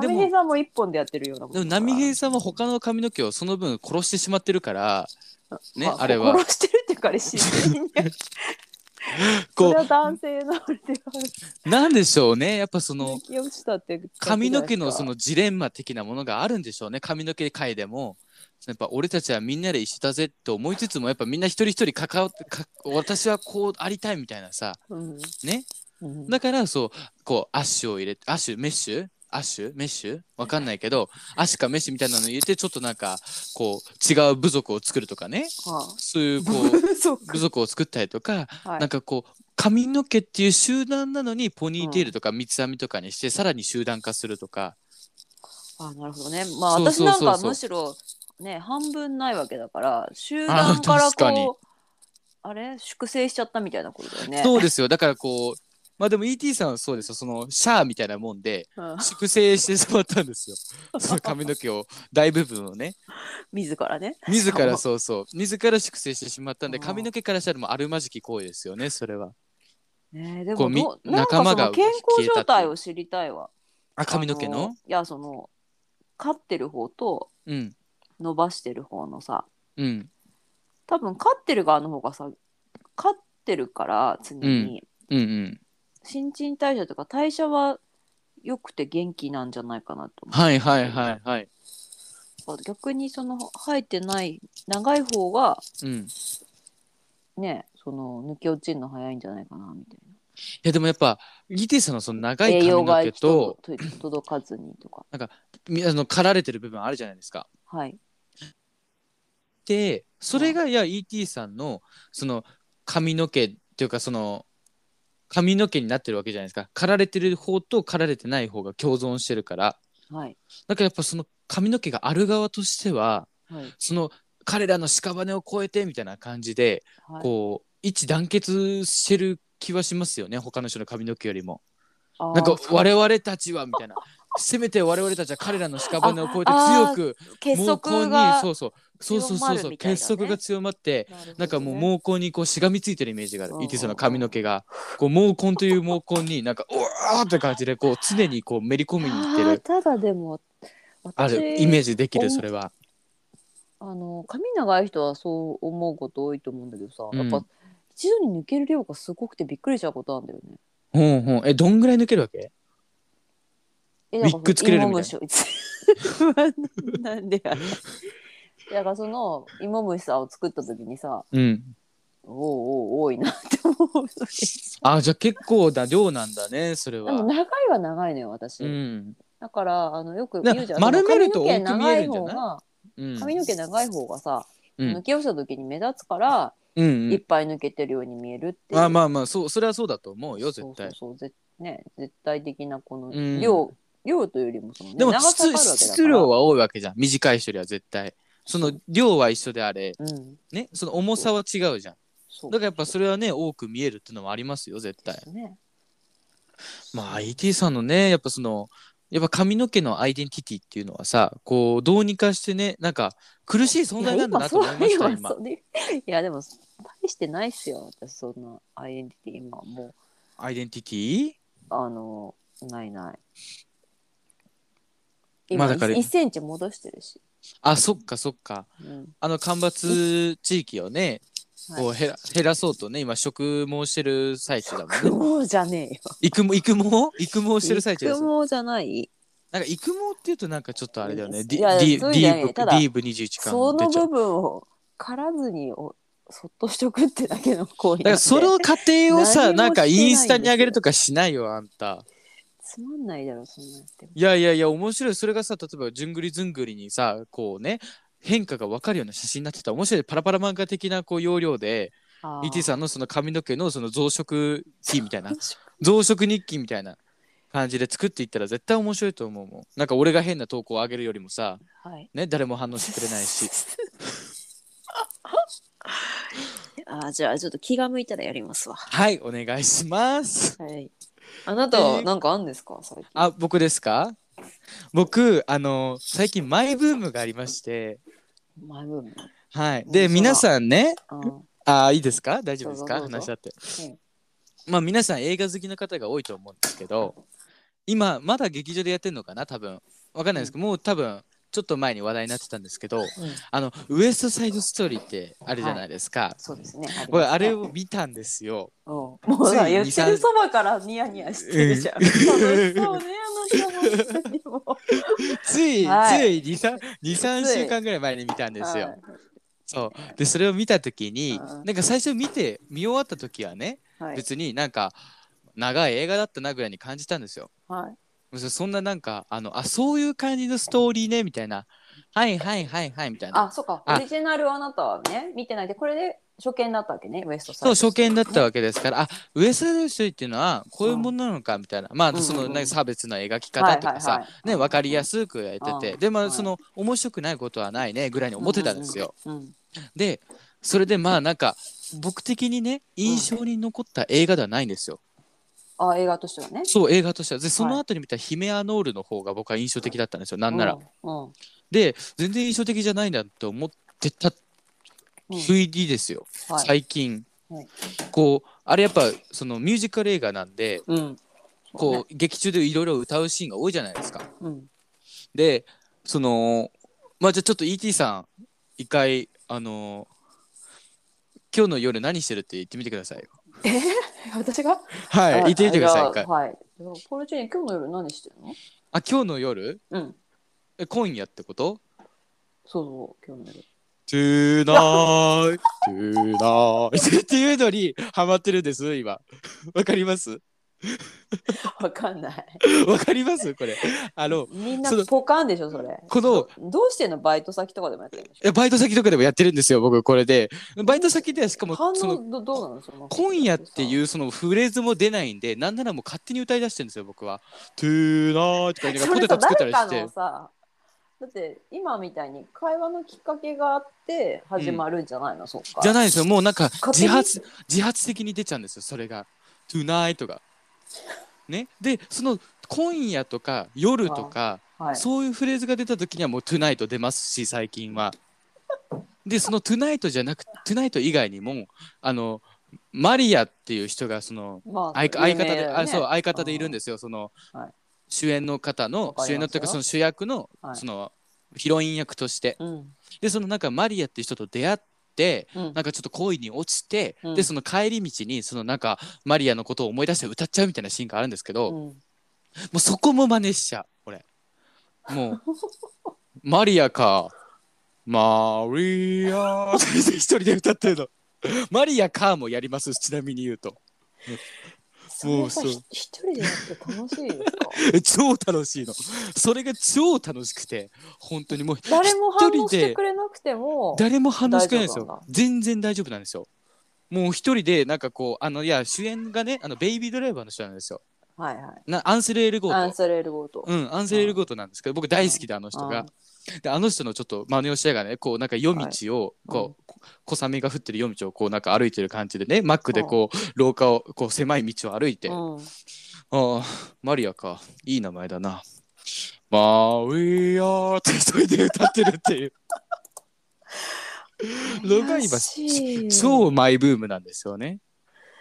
[SPEAKER 2] 波平さんも一本でやってるようなこと
[SPEAKER 1] でも波平さんは
[SPEAKER 2] も
[SPEAKER 1] 他の髪の毛をその分殺してしまってるからねあれは
[SPEAKER 2] 殺してるっていうかあれ自然にねそ
[SPEAKER 1] こ
[SPEAKER 2] れは男性のあれで
[SPEAKER 1] うなんでしょうねやっぱその
[SPEAKER 2] 抜き落ちたっていう
[SPEAKER 1] 髪の毛のそのジレンマ的なものがあるんでしょうね髪の毛界でもやっぱ俺たちはみんなで一緒だぜって思いつつもやっぱみんな一人一人関わってか私はこうありたいみたいなさ
[SPEAKER 2] うん
[SPEAKER 1] ね
[SPEAKER 2] うん
[SPEAKER 1] だからそうこうアッシュを入れてアッシュメッシュアッシュメッシュわかんないけどアッシュかメッシュみたいなの入れてちょっとなんかこう違う部族を作るとかね
[SPEAKER 2] は
[SPEAKER 1] そういうこ う
[SPEAKER 2] あそうか
[SPEAKER 1] 部族を作ったりとか
[SPEAKER 2] はい
[SPEAKER 1] なんかこう髪の毛っていう集団なのにポニーテールとか三つ編みとかにしてさらに集団化するとか。
[SPEAKER 2] あなるほどねまあ
[SPEAKER 1] そう
[SPEAKER 2] 私
[SPEAKER 1] そうそう
[SPEAKER 2] な
[SPEAKER 1] そ
[SPEAKER 2] ん
[SPEAKER 1] う
[SPEAKER 2] かむしろね半分ないわけだから集団から
[SPEAKER 1] あ確かに
[SPEAKER 2] こうあれ粛清しちゃったみたいなことだよね
[SPEAKER 1] そうですよだからこうまあでも ET さんはそうですよそのシャアみたいなもん で
[SPEAKER 2] うん
[SPEAKER 1] 粛清してしまったんですよ その髪の毛を大部分をね
[SPEAKER 2] 自らね
[SPEAKER 1] 自ら そうそう自ら粛清してしまったんで
[SPEAKER 2] うん
[SPEAKER 1] 髪の毛からしたらもうあるまじき行為ですよねそれは
[SPEAKER 2] ねえで
[SPEAKER 1] こう
[SPEAKER 2] も
[SPEAKER 1] み
[SPEAKER 2] どうなんか
[SPEAKER 1] 仲間
[SPEAKER 2] そ
[SPEAKER 1] が
[SPEAKER 2] の健
[SPEAKER 1] 消え
[SPEAKER 2] 康
[SPEAKER 1] たっていう
[SPEAKER 2] 状態を知りたいわ
[SPEAKER 1] あ髪の毛
[SPEAKER 2] あ
[SPEAKER 1] の
[SPEAKER 2] いやその飼ってる方と
[SPEAKER 1] うん
[SPEAKER 2] 伸ばしてる方のさ
[SPEAKER 1] うん
[SPEAKER 2] 多分飼ってる側の方がさ飼ってるから常に、
[SPEAKER 1] うんうん
[SPEAKER 2] 新陳代謝とか代謝は良くて元気なんじゃないかなと思
[SPEAKER 1] はいはいはいはい、
[SPEAKER 2] う、逆にその生えてない長い方が
[SPEAKER 1] うん、い
[SPEAKER 2] ねその抜け落ちるの早いんじゃないかなみたい
[SPEAKER 1] やでもやっぱ ET さんのその長
[SPEAKER 2] ない栄
[SPEAKER 1] 髪
[SPEAKER 2] 養
[SPEAKER 1] の
[SPEAKER 2] が
[SPEAKER 1] 毛
[SPEAKER 2] 行きと
[SPEAKER 1] と
[SPEAKER 2] 届かずにとか
[SPEAKER 1] みあの刈られてる部分あるじゃないですか
[SPEAKER 2] はい
[SPEAKER 1] でそれがいや ET さんのその髪の毛っていうかその髪の毛になってるわけじゃないですか刈られてる方と刈られてない方が共存してるから
[SPEAKER 2] はい
[SPEAKER 1] だからやっぱその髪の毛がある側としては
[SPEAKER 2] はい
[SPEAKER 1] その彼らの屍を越えてみたいな感じで
[SPEAKER 2] はい
[SPEAKER 1] こう一致団結してる気はしますよね他の人の髪の毛よりも
[SPEAKER 2] あー
[SPEAKER 1] なんか我々たちはみたいなせめて我々たちは彼らの屍を越えて強く
[SPEAKER 2] 結
[SPEAKER 1] 猛
[SPEAKER 2] 束
[SPEAKER 1] に
[SPEAKER 2] が
[SPEAKER 1] そうそうそうそうそうそう、
[SPEAKER 2] 強まるみたいなね
[SPEAKER 1] 結束が強まってなんかも
[SPEAKER 2] う
[SPEAKER 1] う毛根にこうしがみついてるイメージがある
[SPEAKER 2] うんうんうん
[SPEAKER 1] いてその髪の毛がこう毛根という毛根になんかうわーって感じでこう常にこうめり込みにいってる
[SPEAKER 2] ただでも
[SPEAKER 1] あ
[SPEAKER 2] 私
[SPEAKER 1] るイメージできるそれは。
[SPEAKER 2] あの髪長い人はそう思うこと多いと思うんだけどさ、
[SPEAKER 1] うん
[SPEAKER 2] やっぱ一度に抜ける量がすごくてびっくりしちゃうことなんだよね。
[SPEAKER 1] ほんほんえどんぐらい抜けるわけ
[SPEAKER 2] え
[SPEAKER 1] ウィッグ作れるみたいな
[SPEAKER 2] な。 なんでやねんだからその芋虫さんを作った時にさ
[SPEAKER 1] うん
[SPEAKER 2] おうおう多いなって思う
[SPEAKER 1] あじゃあ結構な量なんだねそれ
[SPEAKER 2] でも
[SPEAKER 1] は。
[SPEAKER 2] 長いは長いのよ私、
[SPEAKER 1] うん
[SPEAKER 2] だからあのよく
[SPEAKER 1] な
[SPEAKER 2] 言うじゃん
[SPEAKER 1] 丸めると
[SPEAKER 2] あ
[SPEAKER 1] 大き
[SPEAKER 2] の
[SPEAKER 1] く見えるんじゃない
[SPEAKER 2] 髪
[SPEAKER 1] 髪
[SPEAKER 2] の毛長い方が髪の毛長い方がさ、
[SPEAKER 1] うん
[SPEAKER 2] 抜け落ちた時に目立つから、
[SPEAKER 1] うんう
[SPEAKER 2] いっ
[SPEAKER 1] ん、
[SPEAKER 2] ぱい抜けてるように見えるっていう
[SPEAKER 1] まあまあまあそうそれはそうだと思うよ絶対。
[SPEAKER 2] そうそうそうぜね、絶対的なこの
[SPEAKER 1] うん
[SPEAKER 2] 量、量というよりもその、ね、
[SPEAKER 1] でも
[SPEAKER 2] 長さが
[SPEAKER 1] 質
[SPEAKER 2] あるわけだか
[SPEAKER 1] 質
[SPEAKER 2] ら
[SPEAKER 1] 量は多いわけじゃん短い人よりは絶対その量は一緒であれ
[SPEAKER 2] うん
[SPEAKER 1] ねその重さは違うじゃん
[SPEAKER 2] そう
[SPEAKER 1] だからやっぱそれはね多く見えるっていうのもありますよ絶対
[SPEAKER 2] ね
[SPEAKER 1] まあ IT さんのねやっぱそのやっぱ髪の毛のアイデンティティっていうのはさこうどうにかしてねなんか苦しい存在なんだなと思いました
[SPEAKER 2] いや
[SPEAKER 1] 今
[SPEAKER 2] 今そう今そういやでも大してないっすよ私そんなアイデンティティ今も
[SPEAKER 1] アイデンティティ
[SPEAKER 2] うあのないない
[SPEAKER 1] ま
[SPEAKER 2] 今、
[SPEAKER 1] あだから
[SPEAKER 2] 1センチ戻してるし、
[SPEAKER 1] あそっかそっか
[SPEAKER 2] うん
[SPEAKER 1] あの干ばつ地域をね
[SPEAKER 2] はい
[SPEAKER 1] こう減ら減らそうとね今植毛してる最中だもんね
[SPEAKER 2] 育毛じゃねえよ
[SPEAKER 1] 育毛育毛育毛してる最中です
[SPEAKER 2] 育毛じゃない
[SPEAKER 1] なんか育毛っていうとなんかちょっとあれだよね。
[SPEAKER 2] い
[SPEAKER 1] ディ
[SPEAKER 2] や
[SPEAKER 1] ディ
[SPEAKER 2] そうじゃな
[SPEAKER 1] ディー
[SPEAKER 2] い
[SPEAKER 1] プデ
[SPEAKER 2] ただ
[SPEAKER 1] ィープ21巻
[SPEAKER 2] その
[SPEAKER 1] 出ちゃ
[SPEAKER 2] 部
[SPEAKER 1] う。
[SPEAKER 2] 分を狩らずにおそっとしとくってだけの行為
[SPEAKER 1] だからその過程をさ
[SPEAKER 2] 何もしてないんですよ
[SPEAKER 1] なんかインスタに上げるとかしないよあんた。
[SPEAKER 2] つまんないだろそんなやっても
[SPEAKER 1] いやいやいや面白いそれがさ例えばじゅんぐりずんぐりにさこうね変化が分かるような写真になってたら面白いパラパラ漫画的なこう要領で
[SPEAKER 2] あー
[SPEAKER 1] ET さんのその髪の毛のその増殖記みたいな増殖日記みたいな感じで作っていったら絶対面白いと思うもん。なんか俺が変な投稿を上げるよりもさ
[SPEAKER 2] はい
[SPEAKER 1] ね誰も反応してくれない し。
[SPEAKER 2] あーじゃあちょっと気が向いたらやりますわ
[SPEAKER 1] はいお願いします。
[SPEAKER 2] はいあなたはなんかあんですか最近
[SPEAKER 1] あ僕ですか僕あの最近マイブームがありまして
[SPEAKER 2] マイブーム
[SPEAKER 1] はい
[SPEAKER 2] うんそうだ
[SPEAKER 1] で皆さんね
[SPEAKER 2] あー
[SPEAKER 1] あいいですか大丈夫ですか
[SPEAKER 2] どうぞどう
[SPEAKER 1] 話し
[SPEAKER 2] ぞ
[SPEAKER 1] 合ってまあ皆さん映画好きな方が多いと思うんですけど今まだ劇場でやってんのかな多分わかんないですけど、もう多分ちょっと前に話題になってたんですけど
[SPEAKER 2] うん、うん
[SPEAKER 1] あのウエストサイドストーリーってあるじゃないですか、
[SPEAKER 2] そうですね
[SPEAKER 1] 僕あれ
[SPEAKER 2] を
[SPEAKER 1] を見たんですよ
[SPEAKER 2] もう
[SPEAKER 1] つい
[SPEAKER 2] さ
[SPEAKER 1] に
[SPEAKER 2] 言ってるそばからニヤニヤしてるじゃん、
[SPEAKER 1] うん
[SPEAKER 2] 楽 しそうねあの人もも
[SPEAKER 1] つい、
[SPEAKER 2] はい
[SPEAKER 1] つい23
[SPEAKER 2] つい
[SPEAKER 1] 週間ぐらい前に見たんですよ、
[SPEAKER 2] はい
[SPEAKER 1] そうでそれを見た時に
[SPEAKER 2] うん
[SPEAKER 1] なんか最初見て見終わった時はね
[SPEAKER 2] はい
[SPEAKER 1] 別になんか長い映画だったなぐらいに感じたんですよ。
[SPEAKER 2] はい
[SPEAKER 1] そそんななんかあのあそういう感じのストーリーねみたいなはいはいはいはいみたいな
[SPEAKER 2] あ、そうか。
[SPEAKER 1] あ
[SPEAKER 2] オリジナルあなたはね、見てないで、これで初見だったわけね、ウエストサイ
[SPEAKER 1] そう
[SPEAKER 2] ド。
[SPEAKER 1] 初見だったわけですからあウエストサイドストーリーっていうのはこういうものなのかみたいなま
[SPEAKER 2] うん
[SPEAKER 1] あ
[SPEAKER 2] うん
[SPEAKER 1] そのなんか差別の描き
[SPEAKER 2] はい
[SPEAKER 1] 方とか
[SPEAKER 2] はい
[SPEAKER 1] さ
[SPEAKER 2] はい
[SPEAKER 1] ね分かりやすくやって
[SPEAKER 2] う
[SPEAKER 1] て
[SPEAKER 2] ん
[SPEAKER 1] でま
[SPEAKER 2] は
[SPEAKER 1] あ
[SPEAKER 2] い
[SPEAKER 1] その面白くないことはないねぐらいに思ってたんですよ。
[SPEAKER 2] うん
[SPEAKER 1] でそれでまあなんか僕的にね印象に残った映画ではないんですよ。
[SPEAKER 2] あ、映画としてはね。
[SPEAKER 1] そう映画としてはでそ
[SPEAKER 2] は
[SPEAKER 1] の
[SPEAKER 2] い
[SPEAKER 1] 後に見た「ヒメアノール」の方が僕は印象的だったんですよなんなら。
[SPEAKER 2] うん。うん
[SPEAKER 1] で全然印象的じゃないなって思ってた
[SPEAKER 2] うん
[SPEAKER 1] 推理ですよ、
[SPEAKER 2] はい。
[SPEAKER 1] 最近、
[SPEAKER 2] はい
[SPEAKER 1] こうあれやっぱそのミュージカル映画なんで
[SPEAKER 2] うん。
[SPEAKER 1] こう、劇中でいろいろ歌うシーンが多いじゃないですか。
[SPEAKER 2] うね。うん。
[SPEAKER 1] でそのまあじゃあちょっと ET さん一回あの今日の夜何してるって言ってみてくださいよ。
[SPEAKER 2] 私が。
[SPEAKER 1] はい、言ってみてください
[SPEAKER 2] あ
[SPEAKER 1] 一回。
[SPEAKER 2] はい。ポルチーニ、今日の夜何してるの。
[SPEAKER 1] あ今日の夜
[SPEAKER 2] うん。
[SPEAKER 1] え今夜ってこと
[SPEAKER 2] そうそう、今日 の夜。
[SPEAKER 1] トゥーナイトゥーナイ っていうのにハマってるんです今わかります
[SPEAKER 2] わかんない。
[SPEAKER 1] わかりますこれあの
[SPEAKER 2] みんな
[SPEAKER 1] その
[SPEAKER 2] ポカンでしょ、それ。
[SPEAKER 1] この
[SPEAKER 2] どうしてんの、バイト先とかでもやってるんでし
[SPEAKER 1] えバイト先とかでもやってるんですよ僕これでバイト先ではしか
[SPEAKER 2] ょ。
[SPEAKER 1] も
[SPEAKER 2] 反応
[SPEAKER 1] その
[SPEAKER 2] ど、どうなの、その。。
[SPEAKER 1] 今夜っていううそのフレーズも出ないんでなんならもう勝手に歌い出してるんですよ僕はトゥーナイとか言いながらポ
[SPEAKER 2] それ
[SPEAKER 1] テ
[SPEAKER 2] さ
[SPEAKER 1] ト作った
[SPEAKER 2] 誰
[SPEAKER 1] り
[SPEAKER 2] か
[SPEAKER 1] して
[SPEAKER 2] のさだって今みたいに会話のきっかけがあって始まるんじゃないの、そっか
[SPEAKER 1] じゃ
[SPEAKER 2] い
[SPEAKER 1] ないですよもうなんか
[SPEAKER 2] 勝手
[SPEAKER 1] 自
[SPEAKER 2] に
[SPEAKER 1] 発自発的に出ちゃうんですよそれが「tonight」とか。ね、でその「今夜」とか「夜」とか
[SPEAKER 2] はい
[SPEAKER 1] そういうフレーズが出た時にはもう「tonight」出ますし最近は。でその「トゥナイト」じゃなく「トゥナイト」以外にもあのマリアっていう人がその
[SPEAKER 2] ま
[SPEAKER 1] 相相方で、あそう
[SPEAKER 2] あ
[SPEAKER 1] 相方でいるんですよその、
[SPEAKER 2] はい
[SPEAKER 1] 主演の方の
[SPEAKER 2] わか
[SPEAKER 1] 主
[SPEAKER 2] りますよ
[SPEAKER 1] 演のっていうかその主役の、
[SPEAKER 2] はい
[SPEAKER 1] そのヒロイン役として
[SPEAKER 2] うん
[SPEAKER 1] でそのなんかマリアっていう人と出会って
[SPEAKER 2] うん
[SPEAKER 1] なんかちょっと恋に落ちて、
[SPEAKER 2] うん
[SPEAKER 1] でその帰り道にそのなんかマリアのことを思い出して歌っちゃうみたいなシーンがあるんですけど、
[SPEAKER 2] う
[SPEAKER 1] も
[SPEAKER 2] ん
[SPEAKER 1] うそこも真似しちゃう俺も うマリアかマリア一人で歌ってるのマリアかもやりますちなみに言うと
[SPEAKER 2] それさ
[SPEAKER 1] そう
[SPEAKER 2] ひ一人でやって楽しいですか
[SPEAKER 1] え 超楽しいのそれが超楽しくて本当にもう
[SPEAKER 2] 誰も反応し
[SPEAKER 1] 一人
[SPEAKER 2] て
[SPEAKER 1] で
[SPEAKER 2] くれなくても
[SPEAKER 1] 誰も反応してくれないんです
[SPEAKER 2] 大丈夫なん
[SPEAKER 1] よ
[SPEAKER 2] だ
[SPEAKER 1] 全然大丈夫なんですよもう一人でなんかこうあのいや主演がねあのベイビードライバーの人なんですよ
[SPEAKER 2] はいはい
[SPEAKER 1] なアンセル・エル・ゴ
[SPEAKER 2] アン
[SPEAKER 1] ート
[SPEAKER 2] セレルゴート
[SPEAKER 1] うん、アンセル・エル・ゴートなんですけど僕大好きであの人がであの人のちょっと真似をしながらねこうなんか夜道をこう、こ小雨が降ってる夜道をこうなんか歩いてる感じでねマックでこう廊下をこう狭い道を歩いて、
[SPEAKER 2] うん
[SPEAKER 1] ああ、マリアか。いい名前だな。マリアって一人で歌ってるっていう。ロガイバス、
[SPEAKER 2] う
[SPEAKER 1] 超マイブームなんですよね。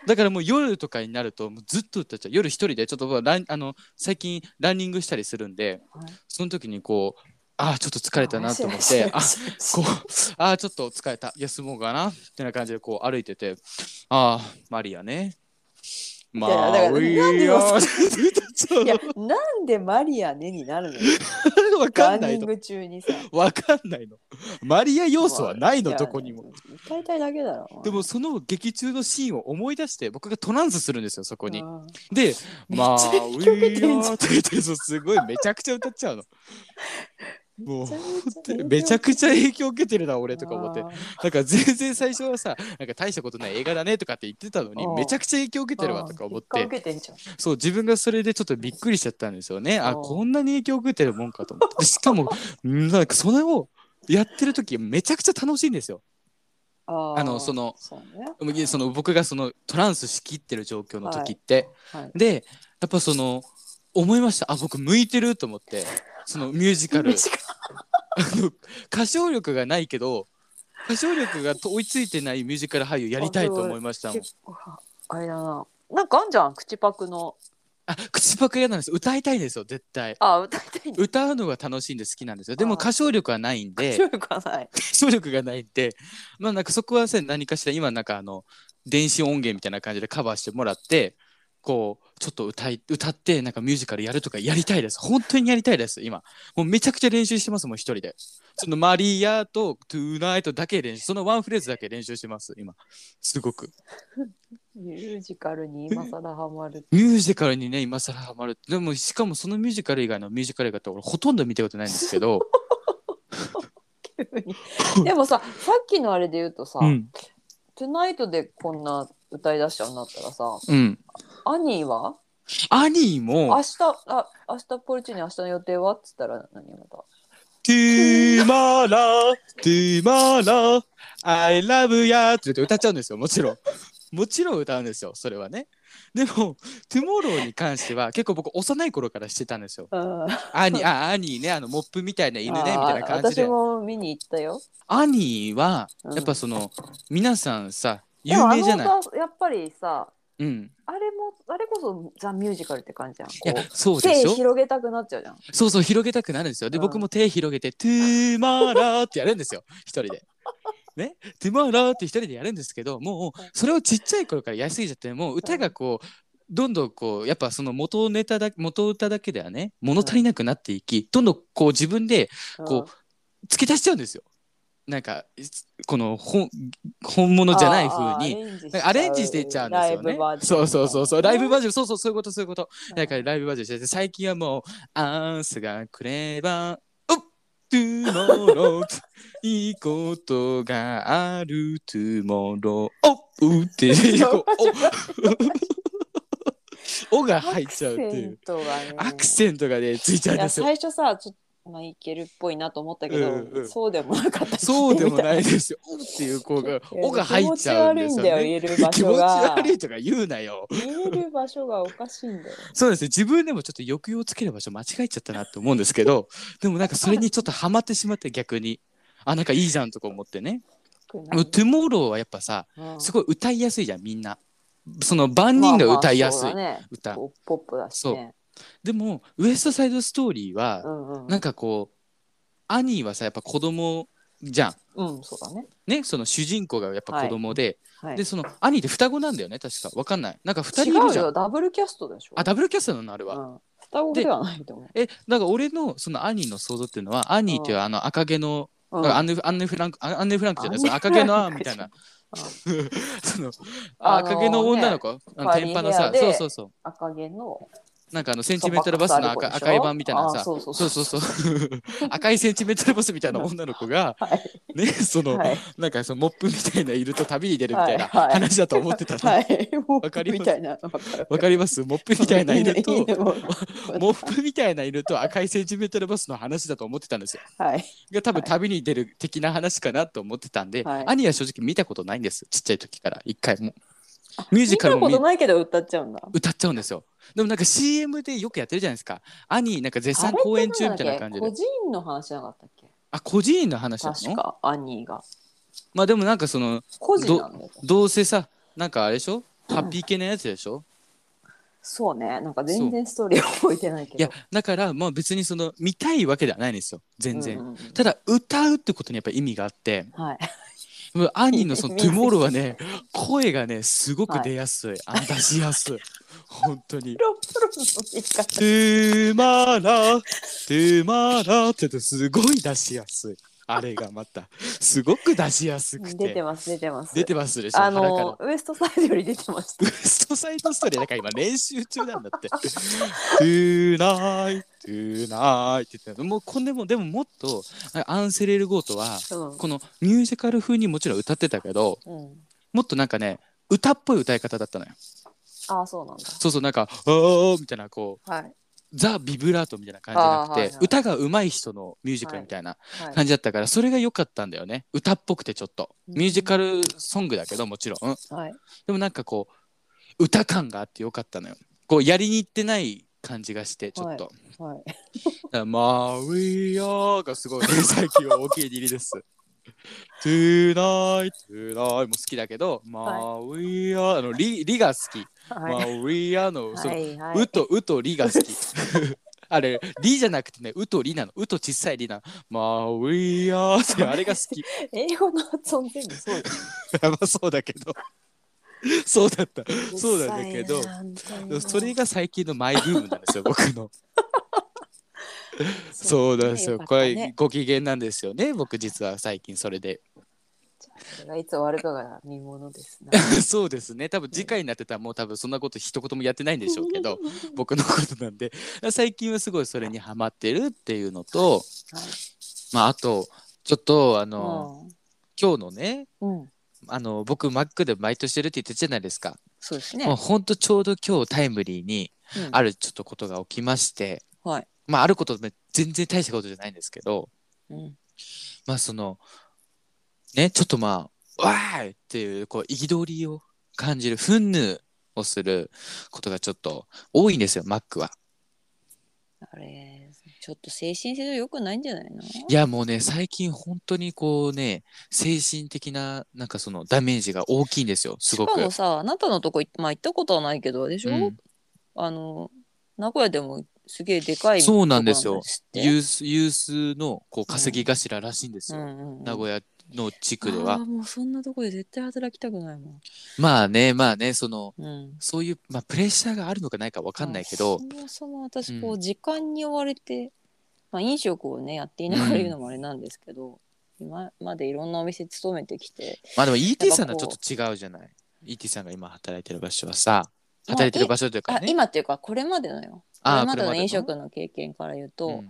[SPEAKER 1] だからもう夜とかになるともうずっと歌っちゃう。夜一人でちょっとランあの最近ランニングしたりするんで、
[SPEAKER 2] はい
[SPEAKER 1] その時にこう、ああ、ちょっと疲れたなと思って、あこう、ああ、ちょっと疲れた、休もうかな、ってな感じでこう歩いてて、ああ、マリアね。マ
[SPEAKER 2] やだから
[SPEAKER 1] リ
[SPEAKER 2] なんで
[SPEAKER 1] ア
[SPEAKER 2] よ
[SPEAKER 1] そう
[SPEAKER 2] いやなんでマリアねになるの
[SPEAKER 1] わ
[SPEAKER 2] ラ
[SPEAKER 1] か
[SPEAKER 2] ン
[SPEAKER 1] んな
[SPEAKER 2] ニ
[SPEAKER 1] い
[SPEAKER 2] ン
[SPEAKER 1] の。
[SPEAKER 2] グ中にさ
[SPEAKER 1] わかんないの。マリア要素はないの、
[SPEAKER 2] や
[SPEAKER 1] どこにも。
[SPEAKER 2] 歌いたいだけだろ
[SPEAKER 1] でもその劇中のシーンを思い出して僕がトランスするんですよそこに。
[SPEAKER 2] うん
[SPEAKER 1] で「
[SPEAKER 2] めっちゃ
[SPEAKER 1] まあウ
[SPEAKER 2] 曲出
[SPEAKER 1] ィ
[SPEAKER 2] ん
[SPEAKER 1] ー
[SPEAKER 2] じゃん
[SPEAKER 1] アー」って言ってそうすごいめちゃくちゃ歌っちゃうの。もう
[SPEAKER 2] め
[SPEAKER 1] めちゃくちゃ
[SPEAKER 2] い
[SPEAKER 1] 影響受けてるな俺とか思って
[SPEAKER 2] あ
[SPEAKER 1] なんか全然最初はさなんか大したことない映画だねとかって言ってたのに
[SPEAKER 2] うん
[SPEAKER 1] めちゃくちゃ影響受け
[SPEAKER 2] ー
[SPEAKER 1] てるわとか思っ
[SPEAKER 2] あー
[SPEAKER 1] て
[SPEAKER 2] 結果受けてんじゃん
[SPEAKER 1] そう自分がそれでちょっとびっくりしちゃったんですよねあ
[SPEAKER 2] うん
[SPEAKER 1] こんなに影響受けてるもんかと思 ってしかもうんなんかそれをやってる時めちゃくちゃ楽しいんですよ
[SPEAKER 2] あー
[SPEAKER 1] あのその
[SPEAKER 2] そうね
[SPEAKER 1] その僕がそのトランスしきってる状況の時って、
[SPEAKER 2] はい
[SPEAKER 1] でやっぱその思いましたあ僕向いてると思ってそのミュージカルあの歌唱力がないけど歌唱力が追いついてないミュージカル俳優やりたいと思いましたもん
[SPEAKER 2] 結構あれだななんかあんじゃん口パクの
[SPEAKER 1] あ口パク嫌なんです歌いたいんですよ絶対
[SPEAKER 2] あ歌いたいんだ
[SPEAKER 1] 歌うのが楽しいんで好きなんですよで
[SPEAKER 2] あ
[SPEAKER 1] も
[SPEAKER 2] ー
[SPEAKER 1] 歌唱力はないんで
[SPEAKER 2] 面白いかない
[SPEAKER 1] 歌唱力がないんで まあなんかそこはさ何かしら今なんかあの電子音源みたいな感じでカバーしてもらってこうちょっと歌い歌ってなんかミュージカルやるとかやりたいです本当にやりたいです今もうめちゃくちゃ練習してますもん一人でそのマリアとトゥナイトだけ練習そのワンフレーズだけ練習してます今すごく
[SPEAKER 2] ミュージカルに今更ハマる
[SPEAKER 1] ミュージカルにね今更ハマるでもしかもそのミュージカル以外のミュージカル映画って俺ほとんど見たことないんですけど
[SPEAKER 2] 急 にでもささっきのあれで言うとさ「
[SPEAKER 1] うん
[SPEAKER 2] トゥナイト」でこんな歌い出しちゃうんだったらさ
[SPEAKER 1] うん
[SPEAKER 2] アニーは
[SPEAKER 1] アニー
[SPEAKER 2] 明
[SPEAKER 1] も
[SPEAKER 2] 日あ明日ポルチに明日の予定はっつったら何また
[SPEAKER 1] トゥーマラー、トゥーマラー、I love ya って言って歌っちゃうんですよ、もちろん。もちろん歌うんですよ、それはね。でも、トゥモローに関しては結構僕幼い頃からしてたんですよ。
[SPEAKER 2] うん
[SPEAKER 1] アニー、あ、アニーね、あの、モップみたいな犬ね、み
[SPEAKER 2] あー
[SPEAKER 1] たいな感じで
[SPEAKER 2] 私。も見に行ったよ
[SPEAKER 1] アニーは、
[SPEAKER 2] うん
[SPEAKER 1] やっぱその、皆さんさ、
[SPEAKER 2] で
[SPEAKER 1] 有
[SPEAKER 2] もあ
[SPEAKER 1] 名じゃない。
[SPEAKER 2] の歌やっぱりさ
[SPEAKER 1] うん。
[SPEAKER 2] あれもあれこそザ・ミュージカルって感じじゃん
[SPEAKER 1] いや
[SPEAKER 2] こ、
[SPEAKER 1] そう
[SPEAKER 2] う
[SPEAKER 1] で
[SPEAKER 2] 手
[SPEAKER 1] しょ
[SPEAKER 2] 広げたくなっちゃうじゃん
[SPEAKER 1] そうそう、広げたくなるんですよ。で、
[SPEAKER 2] うん
[SPEAKER 1] 僕も手広げて、トゥーマーラーってやるんですよ、一人で。ね、トゥーマーラーって一人でやるんですけど、もう、それをちっちゃい頃からやりすぎちゃって、もう歌がこう、どんどんこう、やっぱその元ネタだ、元歌だけではね、物足りなくなっていき、どんどんこう自分でこ付け足しちゃうんですよ。なんか、この本、本
[SPEAKER 2] う
[SPEAKER 1] 物
[SPEAKER 2] ん
[SPEAKER 1] じゃない風に。
[SPEAKER 2] に
[SPEAKER 1] なんかアレンジしていっちゃうんですよね。そうそうそうそう、ライブバージョン、そうそう、そういうこと、そういうこと。だからライブバージョンしてて、最近はもう、アンスがくれば、おっ、トゥモロー、いいことがある、トゥモロー、おっ、うって、 こうお、おが入っちゃうっていう。アクセントがね、ついちゃう
[SPEAKER 2] い
[SPEAKER 1] んで
[SPEAKER 2] や
[SPEAKER 1] すよ。
[SPEAKER 2] 最初さちょっとまあいけるっぽいなと思ったけど、
[SPEAKER 1] うんうん
[SPEAKER 2] そうでもなかったし
[SPEAKER 1] そうでもない
[SPEAKER 2] み
[SPEAKER 1] ですよ。おっていう子が、
[SPEAKER 2] たいな
[SPEAKER 1] おが入っちゃうんですよ、ね。
[SPEAKER 2] 気持ち悪いんだよ言える 場
[SPEAKER 1] 気
[SPEAKER 2] 所
[SPEAKER 1] 持ち
[SPEAKER 2] が
[SPEAKER 1] 悪いとか言うなよ。
[SPEAKER 2] 言える場所がおかしいんだよ
[SPEAKER 1] そうですね自分でもちょっと 抑揚をつける場所間違えちゃったなって思うんですけどでもなんかそれにちょっとハマってしまって逆にあなんかいいじゃんとか思ってね「
[SPEAKER 2] 少な
[SPEAKER 1] ト
[SPEAKER 2] い
[SPEAKER 1] ゥモロー」はやっぱさ
[SPEAKER 2] うん
[SPEAKER 1] すごい歌いやすいじゃんみんなその万人が歌いやすい
[SPEAKER 2] まあまあそうだね
[SPEAKER 1] 歌、
[SPEAKER 2] ポポップだしね
[SPEAKER 1] でも「ウエスト・サイド・ストーリーは」
[SPEAKER 2] うんうん
[SPEAKER 1] なんかこうアニーはさやっぱ子供じゃん
[SPEAKER 2] うんそうだね
[SPEAKER 1] ねその主人公がやっぱ子供で、
[SPEAKER 2] はい
[SPEAKER 1] でそのアニーって双子なんだよね確かわかんないなんか二
[SPEAKER 2] 違
[SPEAKER 1] 人いる
[SPEAKER 2] う
[SPEAKER 1] じゃ
[SPEAKER 2] よ
[SPEAKER 1] ん
[SPEAKER 2] ダブルキャストでしょ
[SPEAKER 1] あダブルキャストなのあれは、
[SPEAKER 2] うん双子ではないと思
[SPEAKER 1] えだから俺のそのアニーの想像っていうのはアニーっていうあの赤毛の、
[SPEAKER 2] ううん
[SPEAKER 1] アンネ・アンネフランクアンネ・フランクじゃない
[SPEAKER 2] アン
[SPEAKER 1] そ
[SPEAKER 2] ネ
[SPEAKER 1] の赤毛の あ
[SPEAKER 2] フラン
[SPEAKER 1] み
[SPEAKER 2] クじ
[SPEAKER 1] た
[SPEAKER 2] ゃ
[SPEAKER 1] い
[SPEAKER 2] な
[SPEAKER 1] ない その
[SPEAKER 2] あのー
[SPEAKER 1] 赤毛の女の子、あの
[SPEAKER 2] ファ
[SPEAKER 1] 天
[SPEAKER 2] リー
[SPEAKER 1] パのさ
[SPEAKER 2] ヘアで
[SPEAKER 1] そうそうそ
[SPEAKER 2] 赤毛の
[SPEAKER 1] うなんかあのセンチメンタルバスの赤赤い版みたいなさ
[SPEAKER 2] あそうそう
[SPEAKER 1] そうそうそう 赤いセンチメンタルバスみたいな女の子が、
[SPEAKER 2] はい
[SPEAKER 1] ねその、
[SPEAKER 2] はい
[SPEAKER 1] なんかそのモップみたいないると旅に出るみたいな
[SPEAKER 2] はいはい
[SPEAKER 1] 話だと思ってたのわ、
[SPEAKER 2] はいもう
[SPEAKER 1] わかります
[SPEAKER 2] みたいなわかる
[SPEAKER 1] かりますモップみたいない ると
[SPEAKER 2] いいねもう
[SPEAKER 1] モップみたいないると赤いセンチメンタルバスの話だと思ってたんですよ
[SPEAKER 2] はい
[SPEAKER 1] が多分
[SPEAKER 2] はい
[SPEAKER 1] 旅に出る的な話かなと思ってたんで、
[SPEAKER 2] はい
[SPEAKER 1] 兄は正直見たことないんですちっちゃい時から一回もミュージカル
[SPEAKER 2] 見た
[SPEAKER 1] も
[SPEAKER 2] こと
[SPEAKER 1] 見
[SPEAKER 2] ないけど歌っちゃうんだ
[SPEAKER 1] 歌っちゃうんですよでもなんか CM でよくやってるじゃないですか兄なんか絶賛公演中みたいな感じで
[SPEAKER 2] あれってなんだっけ個人の話じゃなかったっけ
[SPEAKER 1] あ個人の話な
[SPEAKER 2] 確
[SPEAKER 1] の
[SPEAKER 2] かアニーが
[SPEAKER 1] まあでもなんかその
[SPEAKER 2] 個人なんだよ
[SPEAKER 1] どうせさなんかあれでしょハッピー系のやつでしょ、
[SPEAKER 2] そうねなんか全然ストーリー覚えてないけど
[SPEAKER 1] いやだからまあ別にその見たいわけではないんですよ全然、
[SPEAKER 2] うんうんうん
[SPEAKER 1] ただ歌うってことにやっぱ意味があって
[SPEAKER 2] はい
[SPEAKER 1] 兄のその「
[SPEAKER 2] いい
[SPEAKER 1] ト
[SPEAKER 2] ね
[SPEAKER 1] ゥモロー」はね声がねすごく出やすい、あ出しやすい本当に
[SPEAKER 2] プ。ロプロの言い方
[SPEAKER 1] トゥーマーラートゥーマーラーって言ってすごい出しやすいあれがまたすごく出しやすくて
[SPEAKER 2] 出てます出てます
[SPEAKER 1] 出てますでしょ
[SPEAKER 2] あ
[SPEAKER 1] 腹から
[SPEAKER 2] のウエストサイドより出てまし
[SPEAKER 1] ウ
[SPEAKER 2] た
[SPEAKER 1] エストサイドストーリーなんか今練習中なんだって。トゥーナイトゥーナイって言ってたもうこんでもでももっとあアンセレル・ゴートは
[SPEAKER 2] うん
[SPEAKER 1] このミュージカル風にもちろん歌ってたけど
[SPEAKER 2] うん
[SPEAKER 1] もっとなんかね歌っぽい歌い方だったのよ。
[SPEAKER 2] ああそうなんだ
[SPEAKER 1] そうそうなんか「おー」みたいなこう
[SPEAKER 2] はい
[SPEAKER 1] ザ・ビブラートみたいな感じじゃなくて、
[SPEAKER 2] あーはいはい
[SPEAKER 1] 歌が上手い人のミュージカルみたいな
[SPEAKER 2] はい
[SPEAKER 1] 感じだったから、それが良かったんだよね歌っぽくてちょっと
[SPEAKER 2] うん
[SPEAKER 1] ミュージカルソングだけどもちろん、
[SPEAKER 2] はい
[SPEAKER 1] でもなんかこう歌感があってよかったのよ。こうやりに行ってない感じがしてちょっと。
[SPEAKER 2] はい
[SPEAKER 1] だからマウィアーがすごい、ね、 最近はお気に入りです。トゥーナイトゥーナイも好きだけど、マウィアーのリリが好き。マ
[SPEAKER 2] は
[SPEAKER 1] ウィアーのその、
[SPEAKER 2] いは
[SPEAKER 1] う
[SPEAKER 2] い
[SPEAKER 1] とうとりが好き。 あれ、りじゃなくてね、うとりなの。うと小さいりなの。マウィアーってあれが好き。
[SPEAKER 2] 英語の発音全部そうです
[SPEAKER 1] やばそうだけど。そうだった。そうなんだけど
[SPEAKER 2] うるさいなみたい
[SPEAKER 1] でも
[SPEAKER 2] な
[SPEAKER 1] それが最近のマイブームなん ですよ僕のそうなんですよ
[SPEAKER 2] よかっ
[SPEAKER 1] こ
[SPEAKER 2] たね
[SPEAKER 1] れご機嫌なんですよね僕実は最近それで
[SPEAKER 2] それがいつ終わるかが見ものですな
[SPEAKER 1] そうですね多分次回になってたらもう多分そんなこと一言もやってないんでしょうけど僕のことなんで 最近はすごいそれにハマってるっていうのと
[SPEAKER 2] はい
[SPEAKER 1] まああとちょっとあの、今日のね
[SPEAKER 2] うんうん
[SPEAKER 1] あの僕マックでバイトしてるって言ってたじゃないですか、
[SPEAKER 2] そうです
[SPEAKER 1] もう
[SPEAKER 2] ね
[SPEAKER 1] ほんとちょうど今日タイムリーに
[SPEAKER 2] うん
[SPEAKER 1] あるちょっとことが起きまして、
[SPEAKER 2] はい
[SPEAKER 1] まああることめ全然大したことじゃないんですけど、
[SPEAKER 2] うん
[SPEAKER 1] まあそのねちょっとまあ「わーい!」っていうこう憤りを感じる憤怒をすることがちょっと多いんですよマックは。
[SPEAKER 2] あれちょっと精神性が良くないんじゃないの
[SPEAKER 1] いやもうね最近本当にこうね精神的ななんかそのダメージが大きいんですよす
[SPEAKER 2] し
[SPEAKER 1] ご
[SPEAKER 2] か
[SPEAKER 1] く。
[SPEAKER 2] もさあなたのとこ行っ,、まあ、行ったことはないけどでしょ、
[SPEAKER 1] うん
[SPEAKER 2] あの名古屋でもすげえでかい
[SPEAKER 1] そうなんですよ
[SPEAKER 2] とこ知って
[SPEAKER 1] ユースユースのこう稼ぎ頭らしいんです
[SPEAKER 2] う
[SPEAKER 1] よ、
[SPEAKER 2] んうんうん、
[SPEAKER 1] 名古屋の地区
[SPEAKER 2] あ
[SPEAKER 1] で
[SPEAKER 2] ー
[SPEAKER 1] は。
[SPEAKER 2] もうそんなとこで絶対働きたくないも
[SPEAKER 1] まあねまあねその
[SPEAKER 2] ん、うん、
[SPEAKER 1] そういう、まあ、プレッシャーがあるのかないか分かんないけど
[SPEAKER 2] そ、もそも私
[SPEAKER 1] う
[SPEAKER 2] こう時間に追われて、まあ、飲食をねやっていながら言うのもあれなんですけど、今までいろんなお店勤めてきて
[SPEAKER 1] まあでも ET さんとは
[SPEAKER 2] なん
[SPEAKER 1] ち
[SPEAKER 2] か
[SPEAKER 1] ょっと違
[SPEAKER 2] こ
[SPEAKER 1] うじゃない。ET さんが今働いてる場所はさ、
[SPEAKER 2] まあ
[SPEAKER 1] 働いてる場所というか
[SPEAKER 2] あ
[SPEAKER 1] ね。
[SPEAKER 2] 今っていうかこれまでのよこ
[SPEAKER 1] あ
[SPEAKER 2] れまで
[SPEAKER 1] こ
[SPEAKER 2] の
[SPEAKER 1] れま
[SPEAKER 2] 飲
[SPEAKER 1] で
[SPEAKER 2] 食の経験から言うと、
[SPEAKER 1] うん
[SPEAKER 2] も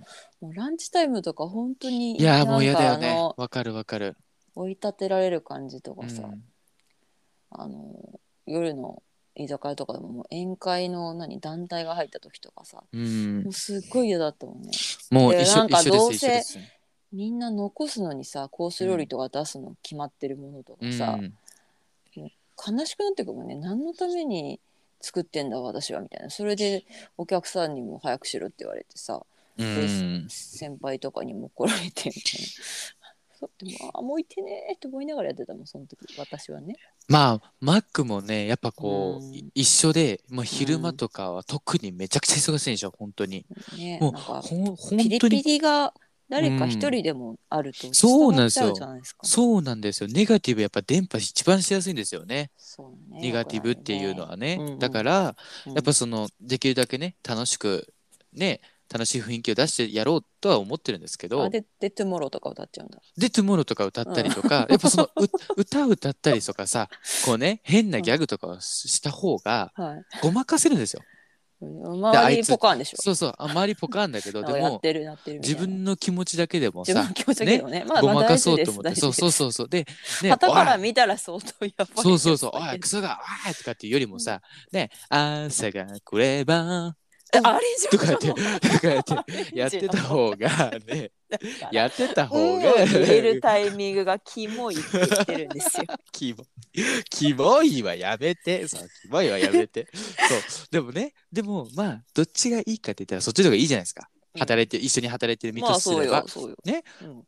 [SPEAKER 2] うランチタイムとか本当に
[SPEAKER 1] いやーもう嫌だよ
[SPEAKER 2] なんかあ
[SPEAKER 1] ね
[SPEAKER 2] の。
[SPEAKER 1] わかるわかる。
[SPEAKER 2] 追い立てられる感じと
[SPEAKER 1] う
[SPEAKER 2] かさ、
[SPEAKER 1] ん
[SPEAKER 2] あの夜の居酒屋とかでももう宴会の何団体が入った時とかさ
[SPEAKER 1] うん
[SPEAKER 2] もうすっごい嫌だったもんね
[SPEAKER 1] もう一
[SPEAKER 2] で
[SPEAKER 1] 緒
[SPEAKER 2] なんか
[SPEAKER 1] 一緒
[SPEAKER 2] どう
[SPEAKER 1] で
[SPEAKER 2] せ
[SPEAKER 1] す一緒です。
[SPEAKER 2] みんな残すのにさコース料理とか出すの決まってるものとかさ
[SPEAKER 1] う、ん
[SPEAKER 2] 悲しくなってくるもんね何のために作ってんだ私はみたいなそれでお客さんにも早くしろって言われてさ
[SPEAKER 1] うん
[SPEAKER 2] 先輩とかにも怒られてみたいなそうでもあもういてねーって思いながらやってたもんその時私はね
[SPEAKER 1] まあマックもねやっぱこう、
[SPEAKER 2] うん
[SPEAKER 1] い一緒でもう昼間とかは特にめちゃくちゃ忙しいんでしょ本当に
[SPEAKER 2] ね
[SPEAKER 1] もう
[SPEAKER 2] なんか
[SPEAKER 1] ほん本
[SPEAKER 2] ピリ
[SPEAKER 1] 当
[SPEAKER 2] ピ
[SPEAKER 1] に
[SPEAKER 2] リが誰か一人でもあると
[SPEAKER 1] んそうなんですよ
[SPEAKER 2] 伝わっちゃうじゃないですか
[SPEAKER 1] そうなんですよネガティブやっぱ電波一番しやすいんですよね
[SPEAKER 2] そうね
[SPEAKER 1] ネガティブっていうのはね
[SPEAKER 2] うんうん
[SPEAKER 1] だから
[SPEAKER 2] うん
[SPEAKER 1] やっぱそのできるだけね楽しくね楽しい雰囲気を出してやろうとは思ってるんですけ
[SPEAKER 2] あ
[SPEAKER 1] ど
[SPEAKER 2] で「でトゥモロー」とか歌っちゃうんだ
[SPEAKER 1] で、トゥモローとか歌ったりとか、やっぱそのう 歌を歌ったりとかさ、こうね、変なギャグとかをしした方が、
[SPEAKER 2] はい
[SPEAKER 1] ごまかせるんですよ。
[SPEAKER 2] 周りポカーンでしょ
[SPEAKER 1] そうそう、あまりポカーンだけ ど、
[SPEAKER 2] なんか
[SPEAKER 1] で
[SPEAKER 2] やっ
[SPEAKER 1] も、
[SPEAKER 2] てるやってるみたい
[SPEAKER 1] 自
[SPEAKER 2] な
[SPEAKER 1] 分の気持ちだけでも
[SPEAKER 2] 自分の
[SPEAKER 1] さ、
[SPEAKER 2] 気持ちだけどねまあ
[SPEAKER 1] ご
[SPEAKER 2] ま
[SPEAKER 1] ま
[SPEAKER 2] あ
[SPEAKER 1] か
[SPEAKER 2] 大
[SPEAKER 1] そ
[SPEAKER 2] 事
[SPEAKER 1] う
[SPEAKER 2] で
[SPEAKER 1] と思
[SPEAKER 2] す
[SPEAKER 1] って、
[SPEAKER 2] 大
[SPEAKER 1] そうそ
[SPEAKER 2] 事で
[SPEAKER 1] う
[SPEAKER 2] す
[SPEAKER 1] そうそう、で、ね、
[SPEAKER 2] 旗から
[SPEAKER 1] おい
[SPEAKER 2] 見たら相当やばい
[SPEAKER 1] そうそうそう、おい、
[SPEAKER 2] や
[SPEAKER 1] ク
[SPEAKER 2] つ
[SPEAKER 1] ソが、おいとかっていうよりもさ、ね、朝が来れば、
[SPEAKER 2] だけどあれじゃん
[SPEAKER 1] とかやって、とかやって、やってた方 が、ね、やってた方
[SPEAKER 2] 運を
[SPEAKER 1] が、
[SPEAKER 2] 入れるタイミングがキモいって言ってるん ですよ。
[SPEAKER 1] キモキモいはやめてそうキモいはやめてそうでもねでもまあどっちがいいかって言ったらそっちの方がいいじゃないですか
[SPEAKER 2] うん
[SPEAKER 1] 働いて、一緒に働いてる身
[SPEAKER 2] ま
[SPEAKER 1] と
[SPEAKER 2] あ
[SPEAKER 1] す
[SPEAKER 2] そう
[SPEAKER 1] れば、
[SPEAKER 2] よ、そうよ。
[SPEAKER 1] ね
[SPEAKER 2] うん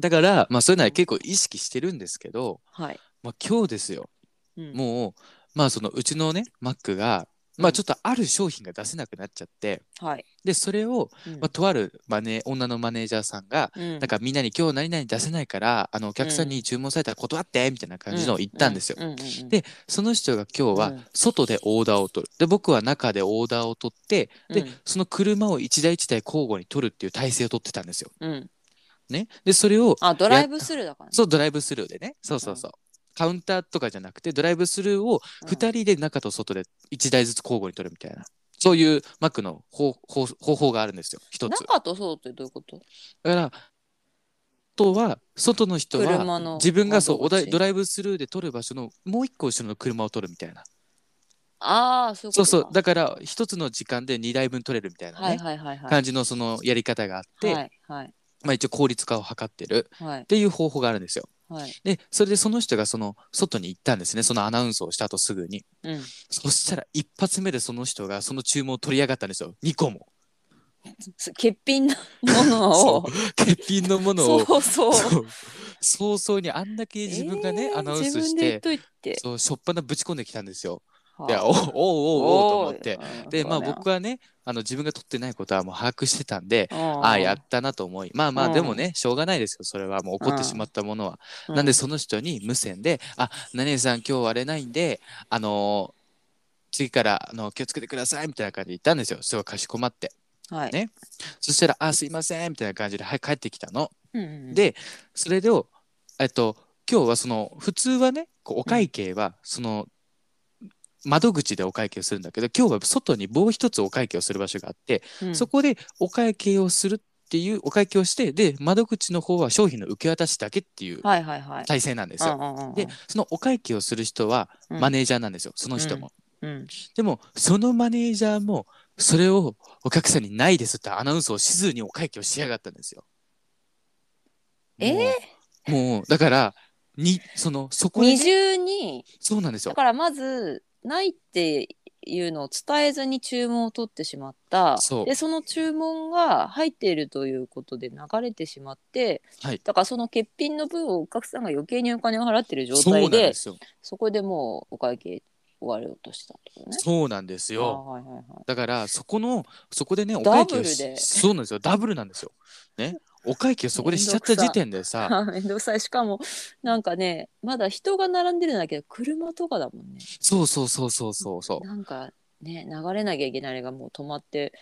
[SPEAKER 1] だからまあそういうのは結構意識してるんですけど、
[SPEAKER 2] はい。
[SPEAKER 1] まあ、今日ですよ
[SPEAKER 2] うん
[SPEAKER 1] もうまあそのうちのねマックがま
[SPEAKER 2] う
[SPEAKER 1] あ
[SPEAKER 2] ん
[SPEAKER 1] ちょっとある商品が出せなくなっちゃって
[SPEAKER 2] はい。
[SPEAKER 1] でそれを、
[SPEAKER 2] うん
[SPEAKER 1] まあ、とあるマネ女のマネージャーさんが
[SPEAKER 2] う
[SPEAKER 1] な
[SPEAKER 2] ん
[SPEAKER 1] んかみんなに今日何々出せないからあのお客さんに注文されたら断ってみたいな感じのを言ったんですよ。
[SPEAKER 2] うううんうん
[SPEAKER 1] でその人が今日
[SPEAKER 2] う
[SPEAKER 1] は
[SPEAKER 2] ん
[SPEAKER 1] 外でオーダーを取る。で、僕は中でオーダーを取って、で、
[SPEAKER 2] うん
[SPEAKER 1] その車を一台一台交互に取るっていう体制を取ってたんですよ。
[SPEAKER 2] うん
[SPEAKER 1] ね。で、それを、
[SPEAKER 2] あドライブスルーだからね。
[SPEAKER 1] そう、ドライブスルーでね。そうそうそう。カウンターとかじゃなくて、ドライブスルーを
[SPEAKER 2] うん
[SPEAKER 1] 2人で中と外で1台ずつ交互に取るみたいな。そういうマックの方方方法があるんですよ。一つ。だ
[SPEAKER 2] 中と外ってどういうこと
[SPEAKER 1] から、とは、外の人は、
[SPEAKER 2] 車の
[SPEAKER 1] 自分がそうお
[SPEAKER 2] 窓
[SPEAKER 1] だ
[SPEAKER 2] 口
[SPEAKER 1] ドライブスルーで取る場所のもう一個後ろの車を取るみたいな。
[SPEAKER 2] ああ、そういう
[SPEAKER 1] そ
[SPEAKER 2] こ
[SPEAKER 1] う
[SPEAKER 2] と
[SPEAKER 1] そうだから一つの時間で2台分取れるみたいなね、
[SPEAKER 2] はいはいはいはい。
[SPEAKER 1] 感じのそのやり方があって、
[SPEAKER 2] はいはい
[SPEAKER 1] まあ、一応効率化を図ってる
[SPEAKER 2] はい
[SPEAKER 1] っていう方法があるんですよ。
[SPEAKER 2] はい。
[SPEAKER 1] でそれでその人がその外に行ったんですねそのアナウンスをした後すぐに
[SPEAKER 2] うん
[SPEAKER 1] そしたら一発目でその人がその注文を取り上がったんですよ2個も
[SPEAKER 2] す欠品なものを
[SPEAKER 1] そ。 欠品のものを
[SPEAKER 2] そうそう。
[SPEAKER 1] そう早々にあんだけ自分がね、
[SPEAKER 2] えー
[SPEAKER 1] アナウン
[SPEAKER 2] 自
[SPEAKER 1] ス
[SPEAKER 2] 分
[SPEAKER 1] し
[SPEAKER 2] で言ってといて。
[SPEAKER 1] そうしょっぱなぶち込んできたんですよ。
[SPEAKER 2] はい
[SPEAKER 1] やおおうおうおうと思って。。
[SPEAKER 2] おい
[SPEAKER 1] でまあ、
[SPEAKER 2] うん
[SPEAKER 1] 僕はねあの自分が取ってないことはもう把握してたんで、
[SPEAKER 2] うん
[SPEAKER 1] ああやったなと思いまあま
[SPEAKER 2] う
[SPEAKER 1] あ
[SPEAKER 2] ん
[SPEAKER 1] でもねしょうがないですよそれはもう怒っ
[SPEAKER 2] うん
[SPEAKER 1] てしまったものは、
[SPEAKER 2] う
[SPEAKER 1] なんでその人に無線で「あ何々さん今日あれないんであのー次からあの気をつけてください」みたいな感じで言ったんですよすごいかしこまって
[SPEAKER 2] はい
[SPEAKER 1] ねそしたら「あすいません」みたいな感じで、はい、帰ってきたの、
[SPEAKER 2] うんうんうん
[SPEAKER 1] でそれをえっと今日はその普通はねこうお会計はその、窓口でお会計をするんだけど今日は外にもう一つお会計をする場所があって
[SPEAKER 2] うん
[SPEAKER 1] そこでお会計をするっていうお会計をしてで窓口の方は商品の受け渡しだけっていう
[SPEAKER 2] はいはいはい。
[SPEAKER 1] 体制なんです
[SPEAKER 2] うん
[SPEAKER 1] よ。
[SPEAKER 2] うんうんうん
[SPEAKER 1] でそのお会計をする人は
[SPEAKER 2] うん
[SPEAKER 1] マネージャーなんですよ、その人も。
[SPEAKER 2] うん
[SPEAKER 1] でもそのマネージャーもそれをお客さんにないですってアナウンスをしずにお会計をしやがったんですよ。
[SPEAKER 2] えー
[SPEAKER 1] もうもうだからにそのそこでね、
[SPEAKER 2] 二重に
[SPEAKER 1] そうなんです
[SPEAKER 2] だ
[SPEAKER 1] よ。
[SPEAKER 2] からまずないっていうのを伝えずに注文を取ってしまった
[SPEAKER 1] そう
[SPEAKER 2] でその注文が入っているということで流れてしまって、
[SPEAKER 1] はい
[SPEAKER 2] だからその欠品の分をお客さんが余計にお金を払ってる状
[SPEAKER 1] そうな
[SPEAKER 2] 態
[SPEAKER 1] んで
[SPEAKER 2] です
[SPEAKER 1] よ。
[SPEAKER 2] そこでもうお会計終わろうとしたってことね。
[SPEAKER 1] そうなんです
[SPEAKER 2] あ
[SPEAKER 1] よ。
[SPEAKER 2] はいはいはい
[SPEAKER 1] だからそこのそこでねお
[SPEAKER 2] ダ
[SPEAKER 1] 会
[SPEAKER 2] ブ
[SPEAKER 1] 計
[SPEAKER 2] ル
[SPEAKER 1] を
[SPEAKER 2] で
[SPEAKER 1] しそうなんですよダブルなんですよ。ねお会計をそこでしちゃった時点でさ
[SPEAKER 2] めんどくさいしかもなんかねまだ人が並んでるんだけど車とかだもんね
[SPEAKER 1] そうそうそうそうそうそう。
[SPEAKER 2] なんかね流れなきゃいけないあれがもう止まって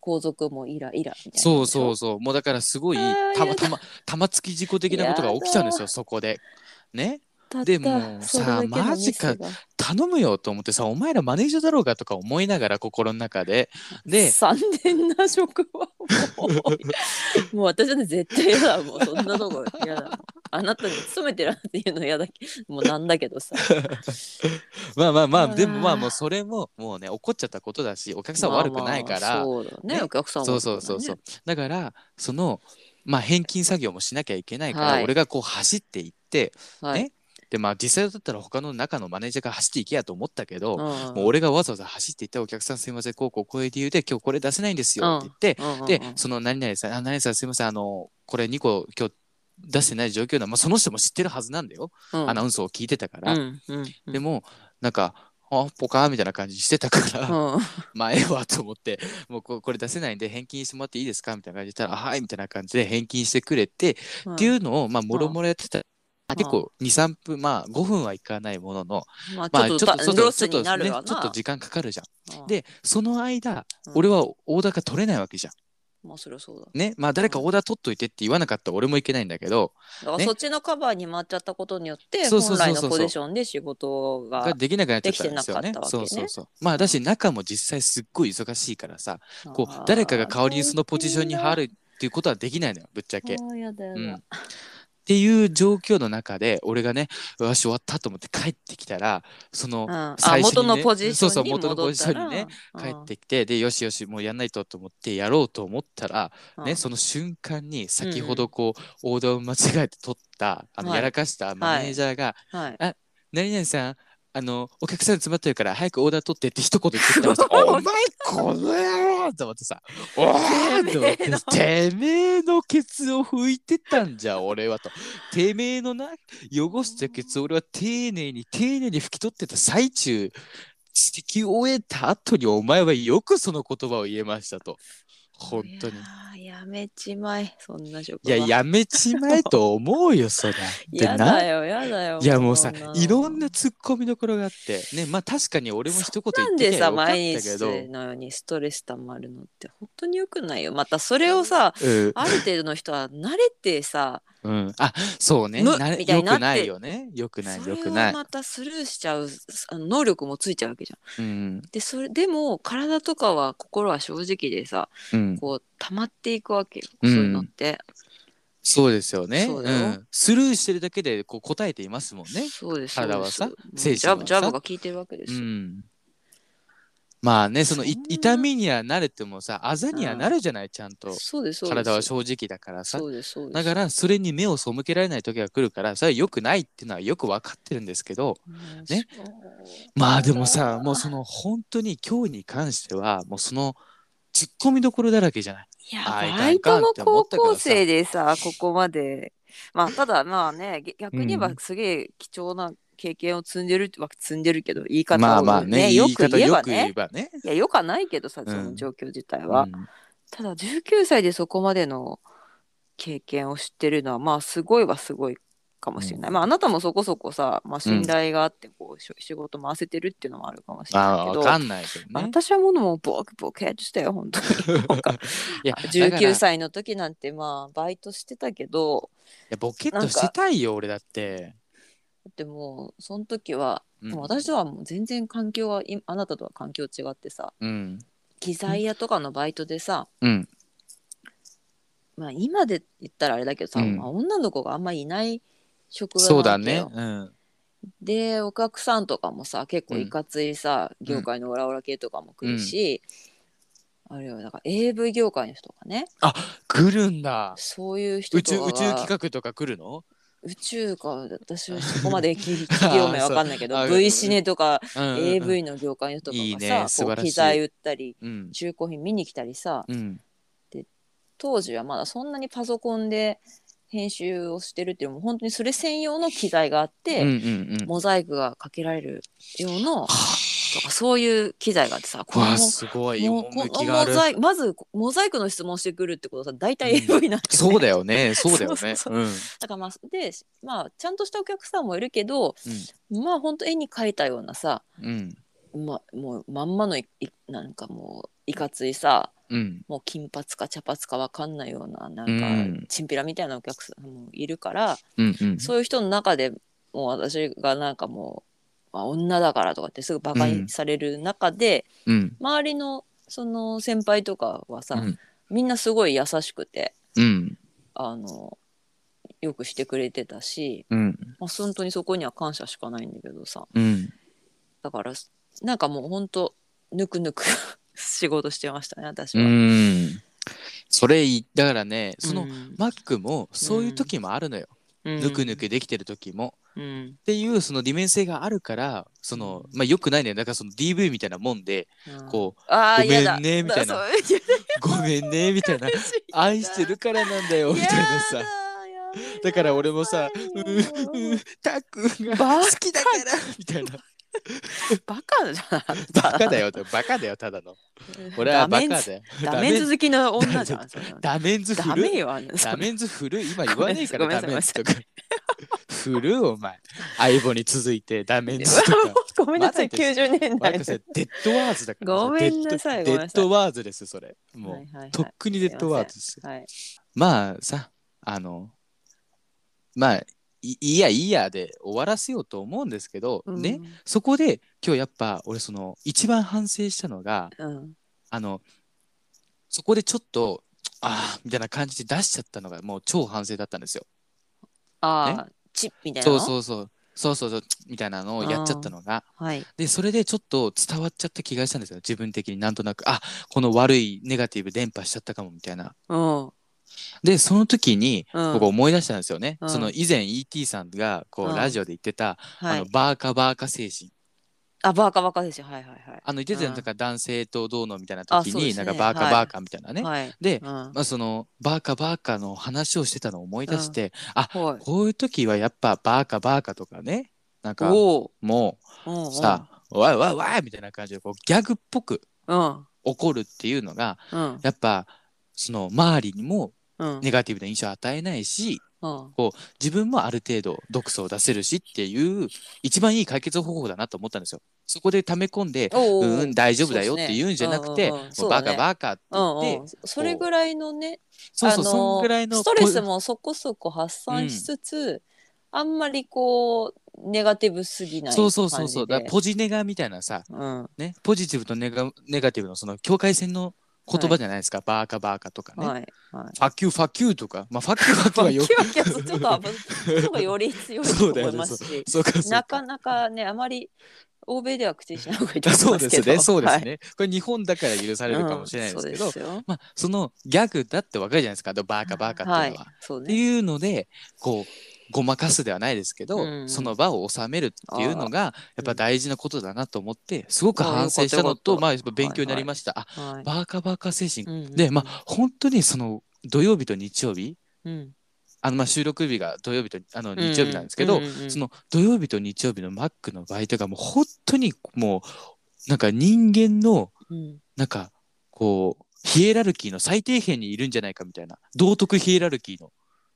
[SPEAKER 2] 後続もイライラみたいな
[SPEAKER 1] そうそうそうもうだからすごい
[SPEAKER 2] あー
[SPEAKER 1] たま
[SPEAKER 2] やだ
[SPEAKER 1] たま玉突き事故的なことが起きちゃうんです
[SPEAKER 2] や
[SPEAKER 1] よそこで。ね
[SPEAKER 2] たった
[SPEAKER 1] でも
[SPEAKER 2] それだけの
[SPEAKER 1] さあマジか
[SPEAKER 2] ミスが
[SPEAKER 1] 頼むよと思ってさお前らマネージャーだろうがとか思いながら心の中でで
[SPEAKER 2] 三年な職はもうもう私はね絶対嫌だもうそんなとこ嫌だもんあなたに勤めてるっていうの嫌だけもうなんだけどさ
[SPEAKER 1] まあまあま
[SPEAKER 2] うわ
[SPEAKER 1] あ
[SPEAKER 2] ー
[SPEAKER 1] でもまあもうそれももうね怒っちゃったことだしお客さんは悪くないから、
[SPEAKER 2] まあまあそうだね
[SPEAKER 1] ね
[SPEAKER 2] お客さんは
[SPEAKER 1] そ
[SPEAKER 2] 悪
[SPEAKER 1] う
[SPEAKER 2] くな
[SPEAKER 1] そ
[SPEAKER 2] いね
[SPEAKER 1] うそうそう、だからそのまあ返金作業もしなきゃいけないから、
[SPEAKER 2] はい
[SPEAKER 1] 俺がこう走っていって
[SPEAKER 2] はい
[SPEAKER 1] ねでまあ実際だったら他の中のマネージャーが走っていけやと思ったけど、
[SPEAKER 2] うんうん
[SPEAKER 1] もう俺がわざわざ走っていってお客さんすいませんこうこうこういう理由で今日これ出せないんですよって言って、
[SPEAKER 2] うんうんうん
[SPEAKER 1] でその何々さんあ何々さんすいませんあのこれ2個今日出してない状況な、まあ、その人も知ってるはずなんだよ、
[SPEAKER 2] うん
[SPEAKER 1] アナウンスを聞いてたから、
[SPEAKER 2] うんうん
[SPEAKER 1] でもなんかあポカーンみたいな感じしてたから、
[SPEAKER 2] うん
[SPEAKER 1] まあええわと思ってもうここれ出せないんで返金してもらっていいですかみたいな感じで言ったらあはいみたいな感じで返金してくれて、
[SPEAKER 2] うん
[SPEAKER 1] っていうのをまあもろもろやってた、
[SPEAKER 2] うん
[SPEAKER 1] 結構23分まあ5分はいかないものの
[SPEAKER 2] まあち
[SPEAKER 1] ま
[SPEAKER 2] ょ
[SPEAKER 1] あちょ
[SPEAKER 2] っ
[SPEAKER 1] っ
[SPEAKER 2] と
[SPEAKER 1] と
[SPEAKER 2] た
[SPEAKER 1] ちょっと
[SPEAKER 2] ロ
[SPEAKER 1] ち
[SPEAKER 2] ス
[SPEAKER 1] ょっと
[SPEAKER 2] になる
[SPEAKER 1] ね
[SPEAKER 2] わな
[SPEAKER 1] ちょっと時間かかるじゃん。
[SPEAKER 2] うん
[SPEAKER 1] でその間
[SPEAKER 2] うん
[SPEAKER 1] 俺はオーダーが取れないわけじゃん。
[SPEAKER 2] まあそりゃそうだ
[SPEAKER 1] ねまあ誰か
[SPEAKER 2] うん
[SPEAKER 1] オーダー取っといてって言わなかったら俺もいけないんだけど
[SPEAKER 2] だから
[SPEAKER 1] ね
[SPEAKER 2] そっちのカバーに回っちゃったことによって
[SPEAKER 1] そうそう
[SPEAKER 2] 本
[SPEAKER 1] そうそう
[SPEAKER 2] 来のポジションで仕事が
[SPEAKER 1] ができなくなっちゃったんですよね
[SPEAKER 2] できてなかったわけ
[SPEAKER 1] そ
[SPEAKER 2] ね
[SPEAKER 1] うそうそうまあだし中も実際すっごい忙しいからさこ
[SPEAKER 2] あ
[SPEAKER 1] う
[SPEAKER 2] ー
[SPEAKER 1] 誰かが代わりにそのポジションに入るっていうことはできないのよぶっちゃけ。
[SPEAKER 2] あーやだやだ
[SPEAKER 1] うんっていう状況の中で俺がねよし終わったと思って帰ってきたらその
[SPEAKER 2] うんあ
[SPEAKER 1] 最初
[SPEAKER 2] 元
[SPEAKER 1] にね
[SPEAKER 2] のポジシ
[SPEAKER 1] そうそう
[SPEAKER 2] ョンに
[SPEAKER 1] 元のポ
[SPEAKER 2] 戻っ
[SPEAKER 1] ジシ
[SPEAKER 2] た
[SPEAKER 1] ョン
[SPEAKER 2] ら
[SPEAKER 1] にね帰ってきてでよしよしもうやんないとと思ってやろうと思ったら
[SPEAKER 2] うんう
[SPEAKER 1] ね
[SPEAKER 2] ん
[SPEAKER 1] その瞬間に先ほどこうオーダーを間違えて取ったあの
[SPEAKER 2] はい
[SPEAKER 1] やらかしたマネージャーが
[SPEAKER 2] はい
[SPEAKER 1] 「何々さんあのお客さん詰まってるから早くオーダー取って」って一言言ってきたら さお前この野郎!」と思ってさ「おー!」と思って
[SPEAKER 2] てめえ
[SPEAKER 1] 「
[SPEAKER 2] の
[SPEAKER 1] てめえのケツを拭いてたんじゃ俺は」と「てめえのな汚したケツを俺は丁寧に丁寧に拭き取ってた最中指摘を終えた後にお前はよくその言葉を言えましたと本当に。
[SPEAKER 2] いやーやめちまえそんな職
[SPEAKER 1] い
[SPEAKER 2] 場
[SPEAKER 1] や、やめちまえと思うよ、そりゃ。
[SPEAKER 2] や
[SPEAKER 1] でな
[SPEAKER 2] だよやだよ
[SPEAKER 1] いやもうさ
[SPEAKER 2] そんなの
[SPEAKER 1] いろんな突っ込みどころがあってねまあ確かに俺も一言言
[SPEAKER 2] なん
[SPEAKER 1] ってき
[SPEAKER 2] で
[SPEAKER 1] ゃ
[SPEAKER 2] さ
[SPEAKER 1] よかった
[SPEAKER 2] 毎
[SPEAKER 1] け
[SPEAKER 2] 日
[SPEAKER 1] ど
[SPEAKER 2] のようにストレス溜まるのって本当に良くないよまたそれをさ
[SPEAKER 1] うん
[SPEAKER 2] ある程度の人は慣れてさ
[SPEAKER 1] うん、あそうね
[SPEAKER 2] む
[SPEAKER 1] なれ
[SPEAKER 2] みたい
[SPEAKER 1] よ
[SPEAKER 2] になっ
[SPEAKER 1] く
[SPEAKER 2] て
[SPEAKER 1] ないよねよくない
[SPEAKER 2] そ
[SPEAKER 1] よ
[SPEAKER 2] れ
[SPEAKER 1] く
[SPEAKER 2] を
[SPEAKER 1] ない、
[SPEAKER 2] またスルーしちゃうあの能力もついちゃうわけじゃん。
[SPEAKER 1] うん
[SPEAKER 2] でそれでも体とかは心は正直でさ
[SPEAKER 1] うん、
[SPEAKER 2] こう溜まっていくわけよ、
[SPEAKER 1] うん
[SPEAKER 2] そういうのって。
[SPEAKER 1] そうですよね
[SPEAKER 2] そうだよ
[SPEAKER 1] ん、スルーしてるだけでこう答えていますもんね、
[SPEAKER 2] そうです
[SPEAKER 1] 体はさ
[SPEAKER 2] そうで
[SPEAKER 1] 精神は
[SPEAKER 2] すジ
[SPEAKER 1] さ
[SPEAKER 2] ャブジャブが効いてるわけで
[SPEAKER 1] う
[SPEAKER 2] すよ。
[SPEAKER 1] ん、まあねそのい
[SPEAKER 2] そんな
[SPEAKER 1] 痛みには慣れてもさあざにはなるじゃないちゃんと
[SPEAKER 2] そうですそうです
[SPEAKER 1] 体は正直だからさ
[SPEAKER 2] そうですそうです
[SPEAKER 1] だからそれに目を背けられない時が来るからそれは良くないっていうのはよく分かってるんですけど、
[SPEAKER 2] うん
[SPEAKER 1] ね
[SPEAKER 2] そう
[SPEAKER 1] まあでもさもうその本当に今日に関してはもうそのツッコミどころだらけじゃない。
[SPEAKER 2] いや
[SPEAKER 1] あいかん
[SPEAKER 2] バ
[SPEAKER 1] いかん
[SPEAKER 2] イトの
[SPEAKER 1] って思っ
[SPEAKER 2] 高
[SPEAKER 1] たけど
[SPEAKER 2] 校
[SPEAKER 1] さ
[SPEAKER 2] 生でさここまでまあただまあねげ逆に言え
[SPEAKER 1] う
[SPEAKER 2] ば
[SPEAKER 1] ん
[SPEAKER 2] すげえ貴重な経験を積んでるわけ積んでるけど言い方を、ね
[SPEAKER 1] まあまあね
[SPEAKER 2] よ
[SPEAKER 1] 言い
[SPEAKER 2] く
[SPEAKER 1] 方
[SPEAKER 2] 言え
[SPEAKER 1] よ
[SPEAKER 2] ば
[SPEAKER 1] く言え
[SPEAKER 2] ね
[SPEAKER 1] ばね。
[SPEAKER 2] いやよくはないけどさ
[SPEAKER 1] ん
[SPEAKER 2] その状況自体
[SPEAKER 1] う
[SPEAKER 2] は、
[SPEAKER 1] ん
[SPEAKER 2] ただ19歳でそこまでの経験を知ってるのはまあすごいはすごいかもしれない、
[SPEAKER 1] うん
[SPEAKER 2] まああなたもそこそこさ、まあ、信頼があってこう、し仕事回せてるっていうのもあるかもしれ
[SPEAKER 1] ま
[SPEAKER 2] ない
[SPEAKER 1] あ
[SPEAKER 2] け
[SPEAKER 1] わ
[SPEAKER 2] ど、
[SPEAKER 1] かんないけどね。
[SPEAKER 2] 私はもうもうボケボケしたよ本当に なんか
[SPEAKER 1] いやだから
[SPEAKER 2] 19
[SPEAKER 1] い
[SPEAKER 2] 歳の時なんてまあバイトしてたけど
[SPEAKER 1] やボケっとしたいよ俺だって。
[SPEAKER 2] だってもうその時は、
[SPEAKER 1] うん
[SPEAKER 2] もう私とはもう全然環境はいあなたとは環境違ってさ
[SPEAKER 1] うん
[SPEAKER 2] 機材屋とかのバイトでさ、
[SPEAKER 1] うん
[SPEAKER 2] まあ今で言ったらあれだけどさ、
[SPEAKER 1] うん
[SPEAKER 2] まあ、女の子があんまいない職
[SPEAKER 1] そう
[SPEAKER 2] 場な
[SPEAKER 1] だ
[SPEAKER 2] わけ
[SPEAKER 1] ね
[SPEAKER 2] よ。。
[SPEAKER 1] うん
[SPEAKER 2] でお客さんとかもさ結構
[SPEAKER 1] うん
[SPEAKER 2] いかついさ、
[SPEAKER 1] ん
[SPEAKER 2] 業界のオラオラ系とかも来るし、あれはだから AV 業界の人とかね
[SPEAKER 1] 来るんだ。
[SPEAKER 2] そういう人
[SPEAKER 1] 宇
[SPEAKER 2] とか
[SPEAKER 1] 宙
[SPEAKER 2] が
[SPEAKER 1] 宇宙企画とか来るの？
[SPEAKER 2] 宇宙か私はそこまで企業名わかんない け
[SPEAKER 1] あ
[SPEAKER 2] ど
[SPEAKER 1] ーそう
[SPEAKER 2] V シネとか
[SPEAKER 1] うんうんうん
[SPEAKER 2] AV の業界の人とか
[SPEAKER 1] いいね
[SPEAKER 2] が
[SPEAKER 1] 素
[SPEAKER 2] さ、
[SPEAKER 1] 晴
[SPEAKER 2] こ
[SPEAKER 1] ら
[SPEAKER 2] う
[SPEAKER 1] しい
[SPEAKER 2] 機材売ったり
[SPEAKER 1] うん
[SPEAKER 2] 中古品見に来たりさ
[SPEAKER 1] うん
[SPEAKER 2] 当時はまだそんなにパソコンで編集をしてるっていうのも本当にそれ専用の機材があっ
[SPEAKER 1] うん
[SPEAKER 2] て、
[SPEAKER 1] うんうん。
[SPEAKER 2] モザイクがかけられる用の
[SPEAKER 1] は
[SPEAKER 2] とかそういう機材があってさ
[SPEAKER 1] あわあすごい
[SPEAKER 2] もうこ
[SPEAKER 1] 趣
[SPEAKER 2] の
[SPEAKER 1] があ
[SPEAKER 2] モ
[SPEAKER 1] る。
[SPEAKER 2] ザイクまずモザイクの質問してくるってことはさ大体
[SPEAKER 1] うん
[SPEAKER 2] AV なんだよね
[SPEAKER 1] そうだよねそうだよ
[SPEAKER 2] そ
[SPEAKER 1] ね
[SPEAKER 2] う。そう
[SPEAKER 1] うん
[SPEAKER 2] だからまあでまあちゃんとしたお客さんもいるけど、まあ本当絵に描いたようなさ
[SPEAKER 1] うん
[SPEAKER 2] ま、もうまんまのいいなんかもういかついさ
[SPEAKER 1] うん
[SPEAKER 2] もう金髪か茶髪かわかんないようなな
[SPEAKER 1] うんん
[SPEAKER 2] かチンピラみたいなお客さんもいるから、
[SPEAKER 1] うんうん。
[SPEAKER 2] そういう人の中でもう私がなんかもう、まあ、女だからとかってすぐバカにされる中で、
[SPEAKER 1] うん
[SPEAKER 2] 周りのその先輩とかはさ、
[SPEAKER 1] うん
[SPEAKER 2] みんなすごい優しくて
[SPEAKER 1] うん。
[SPEAKER 2] あのよくしてくれてたし、
[SPEAKER 1] うん
[SPEAKER 2] まあ、本当にそこには感謝しかないんだけどさ
[SPEAKER 1] うん
[SPEAKER 2] だからなんかもう本当ぬくぬく 仕事してましたね私
[SPEAKER 1] う
[SPEAKER 2] は。
[SPEAKER 1] んそれいいだからねその、
[SPEAKER 2] うん
[SPEAKER 1] マックもそういう時もあるのよ、ぬくぬ、くできてる時も
[SPEAKER 2] うんうん
[SPEAKER 1] っていうその利面性があるからそのまあよくないねだからその DV みたいなもんで
[SPEAKER 2] うん
[SPEAKER 1] こう
[SPEAKER 2] あー
[SPEAKER 1] ごめんね
[SPEAKER 2] やだ
[SPEAKER 1] みたいな
[SPEAKER 2] だそう
[SPEAKER 1] 「ごめんね」みたいな「愛してるからなんだよ」みたいなさ
[SPEAKER 2] やだや
[SPEAKER 1] だから俺もさ「うーうーたっくんが好きだから」みたいな
[SPEAKER 2] バカじゃん。
[SPEAKER 1] 「バカだよ」ってバカだよただの俺はバカだよ
[SPEAKER 2] ダメンズ好きな女じゃん。それ
[SPEAKER 1] ダメンズ
[SPEAKER 2] ダ
[SPEAKER 1] 古
[SPEAKER 2] メ
[SPEAKER 1] い
[SPEAKER 2] よ、あんな
[SPEAKER 1] ダメンズ古い今言わねえから
[SPEAKER 2] ごめんな
[SPEAKER 1] ダ
[SPEAKER 2] さい
[SPEAKER 1] メンズとか古いお前相棒に続いてダメンズとか
[SPEAKER 2] ごめんなさい、
[SPEAKER 1] まだ言
[SPEAKER 2] 90年
[SPEAKER 1] マ
[SPEAKER 2] 代
[SPEAKER 1] リ。カさんデッドワーズだから
[SPEAKER 2] ごめんなさい
[SPEAKER 1] デ
[SPEAKER 2] ご
[SPEAKER 1] ッ
[SPEAKER 2] め
[SPEAKER 1] ドデ
[SPEAKER 2] んな
[SPEAKER 1] ッ
[SPEAKER 2] さい
[SPEAKER 1] ドワーズですそれもう、
[SPEAKER 2] はいはいはい
[SPEAKER 1] とっくにデッドワーズです
[SPEAKER 2] はい。
[SPEAKER 1] まあさあのまあいいいやいいやで終わらせようと思うんですけど、
[SPEAKER 2] うん
[SPEAKER 1] ね。そこで今日やっぱ俺その一番反省したのが
[SPEAKER 2] うん。
[SPEAKER 1] あのそこでちょっとああみたいな感じで出しちゃったのがもう超反省だったんですよ。
[SPEAKER 2] ああ、チップみたいな
[SPEAKER 1] そ
[SPEAKER 2] の。
[SPEAKER 1] うそうそうそうそうそうみたいなのをやっちゃったのが
[SPEAKER 2] はい。
[SPEAKER 1] でそれでちょっと伝わっちゃった気がしたんですよ自分的になんとなくあこの悪いネガティブ伝播しちゃったかもみたいな。
[SPEAKER 2] うん。うん。
[SPEAKER 1] でその時に僕
[SPEAKER 2] は
[SPEAKER 1] 思い出したんですよね、
[SPEAKER 2] うん
[SPEAKER 1] その以前 ET さんがこ
[SPEAKER 2] う
[SPEAKER 1] うんラジオで言ってた、あの
[SPEAKER 2] い。
[SPEAKER 1] バーカバーカ精神
[SPEAKER 2] あ、バカバカですよ。はいはいはい。
[SPEAKER 1] あの言ってた
[SPEAKER 2] う
[SPEAKER 1] よ
[SPEAKER 2] ん
[SPEAKER 1] なんか男性とどうのみたいな
[SPEAKER 2] あ
[SPEAKER 1] 時
[SPEAKER 2] そう
[SPEAKER 1] に、
[SPEAKER 2] です
[SPEAKER 1] な
[SPEAKER 2] ね
[SPEAKER 1] んかバーカ
[SPEAKER 2] はい
[SPEAKER 1] バーカみたいなね、
[SPEAKER 2] はい。
[SPEAKER 1] で、
[SPEAKER 2] うん。は
[SPEAKER 1] まあ、そのバーカバーカの話をしてたのを思い出して、あ
[SPEAKER 2] い。
[SPEAKER 1] こういう時はやっぱバーカバーカとかねなんか
[SPEAKER 2] お
[SPEAKER 1] も
[SPEAKER 2] お。
[SPEAKER 1] うさ「わいわいわい!」みたいな感じでこうギャグっぽく
[SPEAKER 2] うん。
[SPEAKER 1] 怒るっていうのが
[SPEAKER 2] うん。
[SPEAKER 1] やっぱその周りにも
[SPEAKER 2] うん。
[SPEAKER 1] ネガティブな印象を与えないし、
[SPEAKER 2] うん。
[SPEAKER 1] 自分もある程度毒素を出せるしっていう一番いい解決方法だなと思ったんですよ。そこで溜め込んで「
[SPEAKER 2] お
[SPEAKER 1] う
[SPEAKER 2] お
[SPEAKER 1] ーん大丈夫だよ」って言うんじゃなくて「
[SPEAKER 2] そう
[SPEAKER 1] も
[SPEAKER 2] です
[SPEAKER 1] う
[SPEAKER 2] ねうんうんうん
[SPEAKER 1] バカバカ」って
[SPEAKER 2] うん
[SPEAKER 1] 言
[SPEAKER 2] う
[SPEAKER 1] っ
[SPEAKER 2] ん
[SPEAKER 1] て、
[SPEAKER 2] それぐらいのね、
[SPEAKER 1] そうそう
[SPEAKER 2] あの
[SPEAKER 1] そんぐらいの
[SPEAKER 2] ストレス
[SPEAKER 1] ポ
[SPEAKER 2] もそこそこ発散しつつ、あんまりこうネガティブすぎない
[SPEAKER 1] そ
[SPEAKER 2] 感
[SPEAKER 1] う
[SPEAKER 2] じで
[SPEAKER 1] そうそうそうだからポジネガみたいなさ、
[SPEAKER 2] うん
[SPEAKER 1] ね、ポジティブとネガネガティブのその境界線の言葉じゃないですか「バーカバーカ」とかね。
[SPEAKER 2] はいはい
[SPEAKER 1] ファキューファキューとか、まあ、ファキューファキューはよ
[SPEAKER 2] キワキワするちょ っと危ない。ちょっとより強いと思いますし、
[SPEAKER 1] そうかそう
[SPEAKER 2] な
[SPEAKER 1] か
[SPEAKER 2] かなかね、あまり欧米では口にしない方がいいと
[SPEAKER 1] あ
[SPEAKER 2] 思い
[SPEAKER 1] そう
[SPEAKER 2] ま
[SPEAKER 1] ですす
[SPEAKER 2] けど。
[SPEAKER 1] ね そうです
[SPEAKER 2] はい
[SPEAKER 1] ね、これ日本だから許されるかもしれないですけど、
[SPEAKER 2] うんそうですよ
[SPEAKER 1] まあ、そのギャグだってわかるじゃないですか、あのバーカバーカっていうのは。
[SPEAKER 2] はい、そう
[SPEAKER 1] って
[SPEAKER 2] ね。
[SPEAKER 1] いうので、こう、ごまかすではないですけど、
[SPEAKER 2] うん
[SPEAKER 1] その場を収めるっていうのが、やっぱ大事なことだなと思って、すごく
[SPEAKER 2] ああ
[SPEAKER 1] 反省した
[SPEAKER 2] よ
[SPEAKER 1] の
[SPEAKER 2] かった
[SPEAKER 1] と、
[SPEAKER 2] よかった
[SPEAKER 1] まあ、やっぱ勉強になりました。
[SPEAKER 2] は
[SPEAKER 1] あ、バーカバーカ精神。
[SPEAKER 2] いうん
[SPEAKER 1] で、まあ、本当にその、土曜日と日曜日、
[SPEAKER 2] うん
[SPEAKER 1] あの、まあ、収録日が土曜日と、あの、
[SPEAKER 2] うん
[SPEAKER 1] 日曜日なんですけど、
[SPEAKER 2] うんうんうん
[SPEAKER 1] その土曜日と日曜日のマックのバイトがもう本当にもうなんか人間の
[SPEAKER 2] うん
[SPEAKER 1] なんかこうヒエラルキーの最底辺にいるんじゃないかみたいな道徳ヒエラルキーの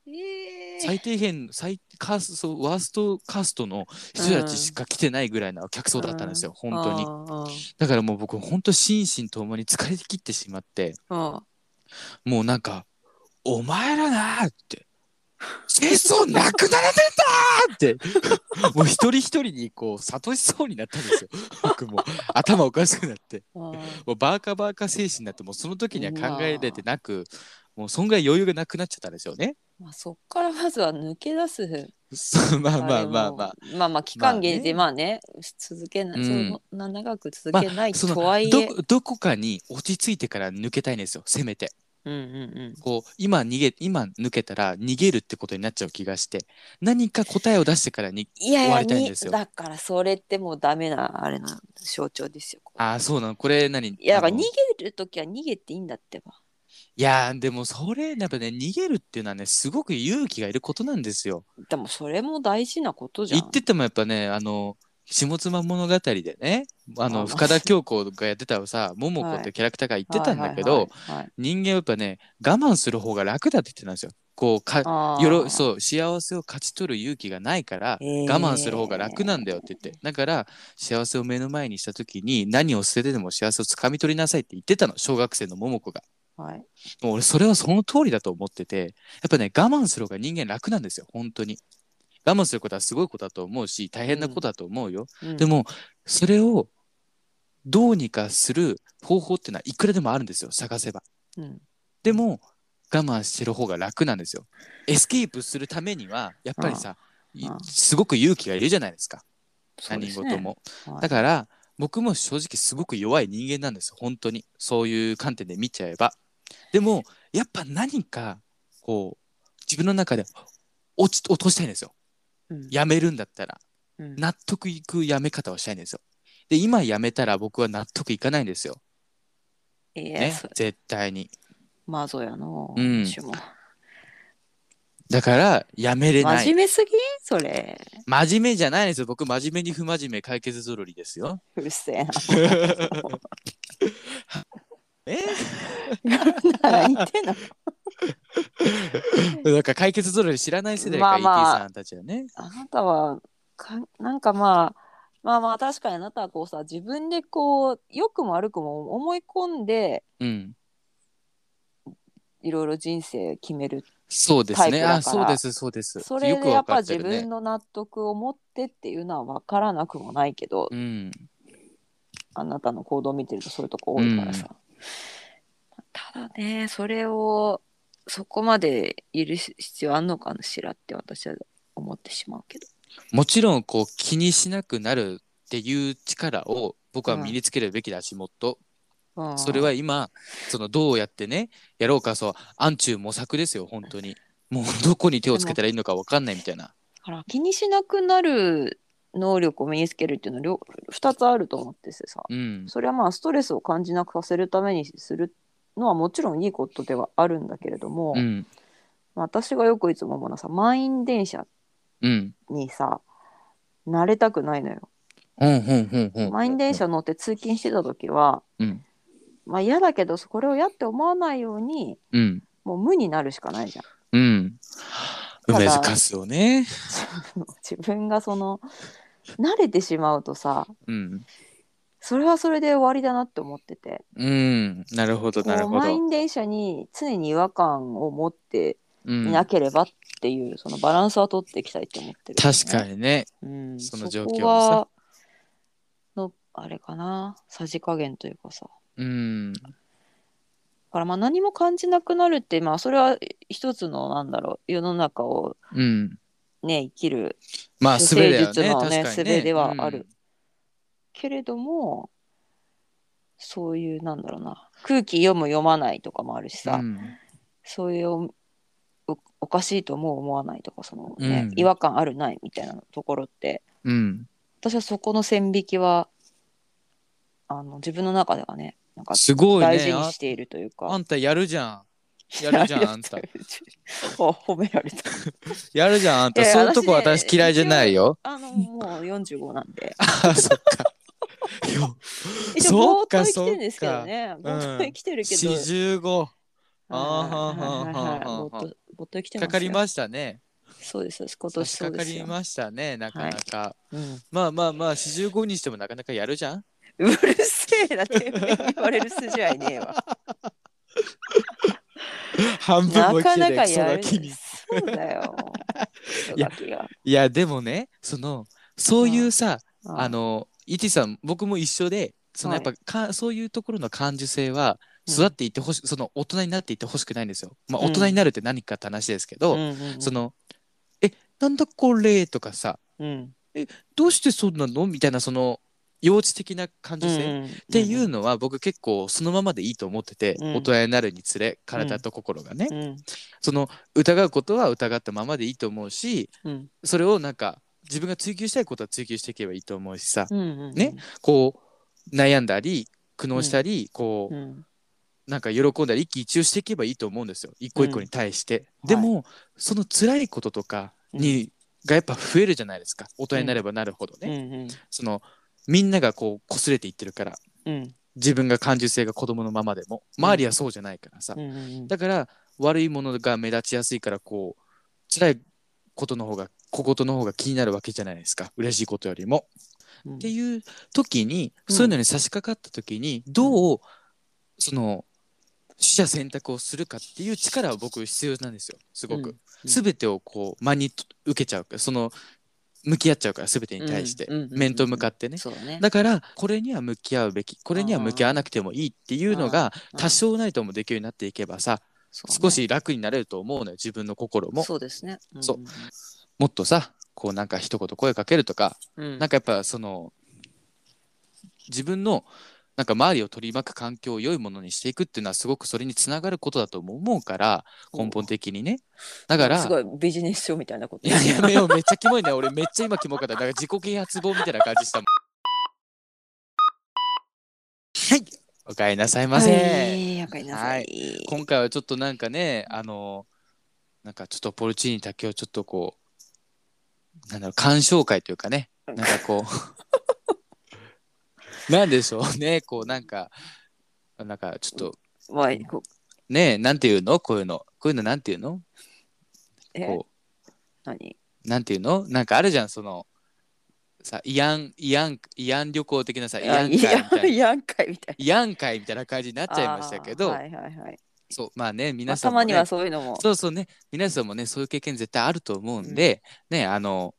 [SPEAKER 2] えー
[SPEAKER 1] 最底辺最カーストワーストカーストの人たちしか来てないぐらいな客層だったんですよ、本当に
[SPEAKER 2] に。
[SPEAKER 1] だからもう僕本当心身ともに疲れ切ってしまって
[SPEAKER 2] あ
[SPEAKER 1] もうなんか「お前らな!」って「戦争なくなれてんだ!」ってもう一人一人にこう諭しそうになったんですよ僕もう頭おかしくなって。
[SPEAKER 2] あああ
[SPEAKER 1] もうバーカバーカ精神になってもうその時には考えれてなくもうそんぐらい余裕がなくなっちゃったんですよね。
[SPEAKER 2] まあ、そっからまずは抜け出す。
[SPEAKER 1] そう まあまあまあまあ。
[SPEAKER 2] れもまあまあ期間限定、
[SPEAKER 1] ま
[SPEAKER 2] まあね、続けな
[SPEAKER 1] う
[SPEAKER 2] い、
[SPEAKER 1] ん
[SPEAKER 2] そんな長く続けない
[SPEAKER 1] そ
[SPEAKER 2] と
[SPEAKER 1] の
[SPEAKER 2] はいえ。
[SPEAKER 1] どどこかに落ち着いてから抜けたいんですよせめて
[SPEAKER 2] うんうん
[SPEAKER 1] こう今逃げ今抜けたら逃げるってことになっちゃう気がして何か答えを出してからに
[SPEAKER 2] いやい
[SPEAKER 1] 終わ
[SPEAKER 2] や
[SPEAKER 1] りたいん
[SPEAKER 2] に
[SPEAKER 1] ですよ
[SPEAKER 2] だからそれってもうダメなあれな象徴ですよ。
[SPEAKER 1] ああそうなのこれ何
[SPEAKER 2] いやだから
[SPEAKER 1] あの
[SPEAKER 2] 逃げる時は逃げていいんだってば。
[SPEAKER 1] いやーでもそれやっぱね逃げるっていうのはねすごく勇気がいることなんですよ。
[SPEAKER 2] でもそれも大事なことじゃ
[SPEAKER 1] 言
[SPEAKER 2] ん。
[SPEAKER 1] っててもやっぱねあの下妻物語でねあの
[SPEAKER 2] あ
[SPEAKER 1] 深田恭子がやってたさ桃子ってキャラクターが言ってたんだけど、
[SPEAKER 2] はいはいはいはい
[SPEAKER 1] 人間はやっぱね我慢する方が楽だって言ってたんですよ。こうか
[SPEAKER 2] あー
[SPEAKER 1] よろそう幸せを勝ち取る勇気がないから
[SPEAKER 2] え
[SPEAKER 1] 我
[SPEAKER 2] ー
[SPEAKER 1] 慢する方が楽なんだよって言って、だから幸せを目の前にした時に何を捨ててでも幸せをつかみ取りなさいって言ってたの小学生の桃子が。
[SPEAKER 2] はい
[SPEAKER 1] もう俺それはその通りだと思っててやっぱね我慢する方が人間楽なんですよ本当に。我慢することはすごいことだと思うし大変なことだと思うよ。
[SPEAKER 2] うん
[SPEAKER 1] でもそれをどうにかする方法っていうのはいくらでもあるんですよ探せば。
[SPEAKER 2] うん
[SPEAKER 1] でも我慢してる方が楽なんですよ。エスケープするためにはやっぱりさい
[SPEAKER 2] うん
[SPEAKER 1] すごく勇気がいるじゃないですか
[SPEAKER 2] そうで
[SPEAKER 1] 何
[SPEAKER 2] す
[SPEAKER 1] 事
[SPEAKER 2] ね
[SPEAKER 1] も。
[SPEAKER 2] はい
[SPEAKER 1] だから僕も正直すごく弱い人間なんですよ本当にそういう観点で見ちゃえば。でもやっぱ何かこう自分の中で落ち落としたいんですよ
[SPEAKER 2] うん
[SPEAKER 1] やめるんだったら。
[SPEAKER 2] うん
[SPEAKER 1] 納得いくやめ方をしたいんですよ。で、今やめたら僕は納得いかないんですよ。
[SPEAKER 2] いや
[SPEAKER 1] ね
[SPEAKER 2] そ、
[SPEAKER 1] 絶対に。
[SPEAKER 2] まあそうやの、
[SPEAKER 1] うん
[SPEAKER 2] 私も
[SPEAKER 1] だからやめれない
[SPEAKER 2] 真面目すぎそれ
[SPEAKER 1] 真面目じゃないですよ僕真面目に不真面目解決ぞろりです よ
[SPEAKER 2] うるせえな
[SPEAKER 1] え
[SPEAKER 2] 何言ってんの
[SPEAKER 1] だから解決ぞろり知らない世代
[SPEAKER 2] ま
[SPEAKER 1] か
[SPEAKER 2] あま
[SPEAKER 1] ET
[SPEAKER 2] あ
[SPEAKER 1] さんたちはね、
[SPEAKER 2] あなたはかなんかまあまあまあ確かにあなたはこうさ自分でこう良くも悪くも思い込んで
[SPEAKER 1] うん
[SPEAKER 2] いろいろ人生決める
[SPEAKER 1] そうです
[SPEAKER 2] タイ
[SPEAKER 1] ね
[SPEAKER 2] プだから
[SPEAKER 1] あそうですそうです
[SPEAKER 2] それ
[SPEAKER 1] よく
[SPEAKER 2] でや
[SPEAKER 1] わ
[SPEAKER 2] っぱ
[SPEAKER 1] かって
[SPEAKER 2] 自
[SPEAKER 1] るね
[SPEAKER 2] 分の納得を持ってっていうのは分からなくもないけど、
[SPEAKER 1] うん
[SPEAKER 2] あなたの行動を見てるとそういうとこ多いからさ、ただねそれをそこまでいる必要あんのかしらって私は思ってしまうけど
[SPEAKER 1] もちろんこう気にしなくなるっていう力を僕は身につけるべきだし、もっと、
[SPEAKER 2] うん
[SPEAKER 1] それは今そのどうやってねやろうかそう暗中模索ですよ本当にもうどこに手をつけたらいいのかわかんないみたいな
[SPEAKER 2] だから気にしなくなる能力を身につけるっていうのは両2つあると思っててさ
[SPEAKER 1] うん
[SPEAKER 2] それはまあストレスを感じなくさせるためにするのはもちろんいいことではあるんだけれども、
[SPEAKER 1] うん
[SPEAKER 2] まあ私がよくいつも思うのはさ満員電車
[SPEAKER 1] うん
[SPEAKER 2] にさ慣れたくないのよ。
[SPEAKER 1] ほんほんほんほん
[SPEAKER 2] 満員電車乗って通勤してた時は、
[SPEAKER 1] うん
[SPEAKER 2] まあ嫌だけどこれをやって思わないように
[SPEAKER 1] うん
[SPEAKER 2] もう無になるしかないじゃん。
[SPEAKER 1] うん
[SPEAKER 2] ただ
[SPEAKER 1] 梅津かすをね
[SPEAKER 2] 自分がその慣れてしまうとさ
[SPEAKER 1] うん
[SPEAKER 2] それはそれで終わりだなって思ってて。
[SPEAKER 1] うんなるほどなる
[SPEAKER 2] こう
[SPEAKER 1] ほ
[SPEAKER 2] 満
[SPEAKER 1] ど
[SPEAKER 2] 員電車に常に違和感を持って
[SPEAKER 1] う
[SPEAKER 2] い
[SPEAKER 1] ん
[SPEAKER 2] なければっていう、そのバランスは取っていきたいと思ってる、
[SPEAKER 1] 確かにね
[SPEAKER 2] に、うん、
[SPEAKER 1] その状況をさ
[SPEAKER 2] そこはのあれかなさじ加減というかさだ
[SPEAKER 1] うん
[SPEAKER 2] からまあ何も感じなくなるってまあそれは一つのなんだろう世の中を
[SPEAKER 1] うん
[SPEAKER 2] ね生きる
[SPEAKER 1] まあ
[SPEAKER 2] 女
[SPEAKER 1] すべ
[SPEAKER 2] 性
[SPEAKER 1] だよ
[SPEAKER 2] 術
[SPEAKER 1] ね
[SPEAKER 2] の
[SPEAKER 1] 確か
[SPEAKER 2] ね
[SPEAKER 1] にね
[SPEAKER 2] 術ではある
[SPEAKER 1] うん
[SPEAKER 2] けれどもそういうなんだろうな空気読む読まないとかもあるしさ、
[SPEAKER 1] うん
[SPEAKER 2] そういうおおおかしいと思う思わないとかその、ね
[SPEAKER 1] うん
[SPEAKER 2] 違和感あるないみたいなところって
[SPEAKER 1] うん
[SPEAKER 2] 私はそこの線引きはあの自分の中ではねなんか
[SPEAKER 1] すごいね
[SPEAKER 2] 大事にしているというか。
[SPEAKER 1] あんたやるじゃん。やるじゃん、あんた
[SPEAKER 2] あ。褒められた。
[SPEAKER 1] やるじゃん、あんた。
[SPEAKER 2] いや
[SPEAKER 1] そういうとこ
[SPEAKER 2] 私ね
[SPEAKER 1] 私嫌いじゃないよ。
[SPEAKER 2] あのもう45なんで。
[SPEAKER 1] あ、そっか。よ、
[SPEAKER 2] 一応
[SPEAKER 1] そう
[SPEAKER 2] ぼーっと
[SPEAKER 1] か
[SPEAKER 2] 生きてるんですけどね。
[SPEAKER 1] うか
[SPEAKER 2] ぼーっと生きてるけど。
[SPEAKER 1] 四十五。あー
[SPEAKER 2] はい
[SPEAKER 1] はーはーはーはー
[SPEAKER 2] ぼーっとぼーっと生きてます
[SPEAKER 1] か
[SPEAKER 2] よ
[SPEAKER 1] かりましたね。
[SPEAKER 2] そうです。今
[SPEAKER 1] 差
[SPEAKER 2] 年
[SPEAKER 1] し
[SPEAKER 2] そ
[SPEAKER 1] か
[SPEAKER 2] うで
[SPEAKER 1] か
[SPEAKER 2] す
[SPEAKER 1] り
[SPEAKER 2] よ。
[SPEAKER 1] ましたね、なかなか。
[SPEAKER 2] うん
[SPEAKER 1] まあまあまあ、四十五にしてもなかなかやるじゃん。
[SPEAKER 2] うるせえなって言われる筋合いねえわ。
[SPEAKER 1] 半分も
[SPEAKER 2] な
[SPEAKER 1] 生き
[SPEAKER 2] か
[SPEAKER 1] て
[SPEAKER 2] な
[SPEAKER 1] る
[SPEAKER 2] か
[SPEAKER 1] クソ
[SPEAKER 2] や
[SPEAKER 1] ガ
[SPEAKER 2] る。
[SPEAKER 1] キに。
[SPEAKER 2] そうだよ。クソガキが。
[SPEAKER 1] いや、でもね、その、そういうさ、
[SPEAKER 2] うん
[SPEAKER 1] あ、の、イティさん、僕も一緒で、そのやっぱか、そういうところの感受性は
[SPEAKER 2] うん
[SPEAKER 1] 育っていってほし、その大人になっていってほしくないんですよ。まあ、
[SPEAKER 2] うん
[SPEAKER 1] 大人になるって何かって話ですけ
[SPEAKER 2] う
[SPEAKER 1] ど、
[SPEAKER 2] んうんうん
[SPEAKER 1] その「えなんだこれ?」とかさ
[SPEAKER 2] うん
[SPEAKER 1] 「どうしてそんなの?」みたいなその幼稚的な感受性、っ
[SPEAKER 2] って
[SPEAKER 1] いうのは僕結構そのままでいいと思ってて、
[SPEAKER 2] うん
[SPEAKER 1] 大人になるにつれ体と心がね、
[SPEAKER 2] うん
[SPEAKER 1] その疑うことは疑ったままでいいと思うし
[SPEAKER 2] うん
[SPEAKER 1] それをなんか自分が追求したいことは追求していけばいいと思うしさ、
[SPEAKER 2] うんうんうん
[SPEAKER 1] ねこう悩んだり苦悩したり、こう
[SPEAKER 2] うん
[SPEAKER 1] なんか喜んだり一喜一憂していけばいいと思うんですよ一個一個に対して、
[SPEAKER 2] うん
[SPEAKER 1] でも、その辛いこととかに、がやっぱ増えるじゃないですか大人になればなるほど
[SPEAKER 2] う
[SPEAKER 1] ね、
[SPEAKER 2] ん
[SPEAKER 1] そのみんながこう擦れていってるから
[SPEAKER 2] うん
[SPEAKER 1] 自分が感受性が子供のままでも周りはそうじゃないからさ、
[SPEAKER 2] うんうん
[SPEAKER 1] だから悪いものが目立ちやすいからこう辛いことの方が小言の方が気になるわけじゃないですか嬉しいことよりも。
[SPEAKER 2] う
[SPEAKER 1] っ
[SPEAKER 2] ん
[SPEAKER 1] ていう時に、そういうのに差し掛かった時にどうその取捨選択をするかっていう力は僕必要なんですよすご
[SPEAKER 2] う
[SPEAKER 1] く
[SPEAKER 2] ん。
[SPEAKER 1] すべ、てをこう間に受けちゃうからその向き合っちゃうからすべてに対して、
[SPEAKER 2] うんうんうんうん
[SPEAKER 1] 面と向かってね。
[SPEAKER 2] そうだね
[SPEAKER 1] だからこれには向き合うべきこれには向き合わなくてもいいっていうのが
[SPEAKER 2] うん
[SPEAKER 1] 多少なりともできるようになっていけばさ
[SPEAKER 2] そうね
[SPEAKER 1] 少し楽になれると思うのよ自分の心も
[SPEAKER 2] そうですね
[SPEAKER 1] そうもっとさこうなんか一言声かけるとか
[SPEAKER 2] うん
[SPEAKER 1] なんかやっぱその自分のなんか周りを取り巻く環境を良いものにしていくっていうのはすごくそれにつながることだとも思うから根本的にねだから
[SPEAKER 2] すごいビジネス書みたいなこと
[SPEAKER 1] いややめようめっちゃキモいな俺めっちゃ今キモかっただから自己啓発本みたいな感じしたもんはいおかえりなさいませ、
[SPEAKER 2] はいわかりなさ
[SPEAKER 1] はい今回はちょっとなんかねあのなんかちょっとポルチーニだけをちょっとこう、なんだろう、鑑賞会というかね、なんか こう、なんでしょうね、こうなんか、なんかちょっと、
[SPEAKER 2] まあ、こ
[SPEAKER 1] ねえ、なんていうのこういうの。こういうのなんていうの
[SPEAKER 2] え
[SPEAKER 1] こ
[SPEAKER 2] 何
[SPEAKER 1] う、なんていうのなんかあるじゃん、その、さ、慰安、慰安、慰安旅行的なさ、慰安会みたいな。
[SPEAKER 2] いやん かいみたい
[SPEAKER 1] 慰安会みたいな感じになっ
[SPEAKER 2] な。
[SPEAKER 1] ちゃいましたけど、
[SPEAKER 2] あーはいはいはい。
[SPEAKER 1] そう、まあね、
[SPEAKER 2] まあ
[SPEAKER 1] 皆さ
[SPEAKER 2] た
[SPEAKER 1] んも、
[SPEAKER 2] ま
[SPEAKER 1] ね
[SPEAKER 2] にはそういうのも。
[SPEAKER 1] そうそうね、皆さんもね、そういう経験絶対あると思うんで、ね、あの、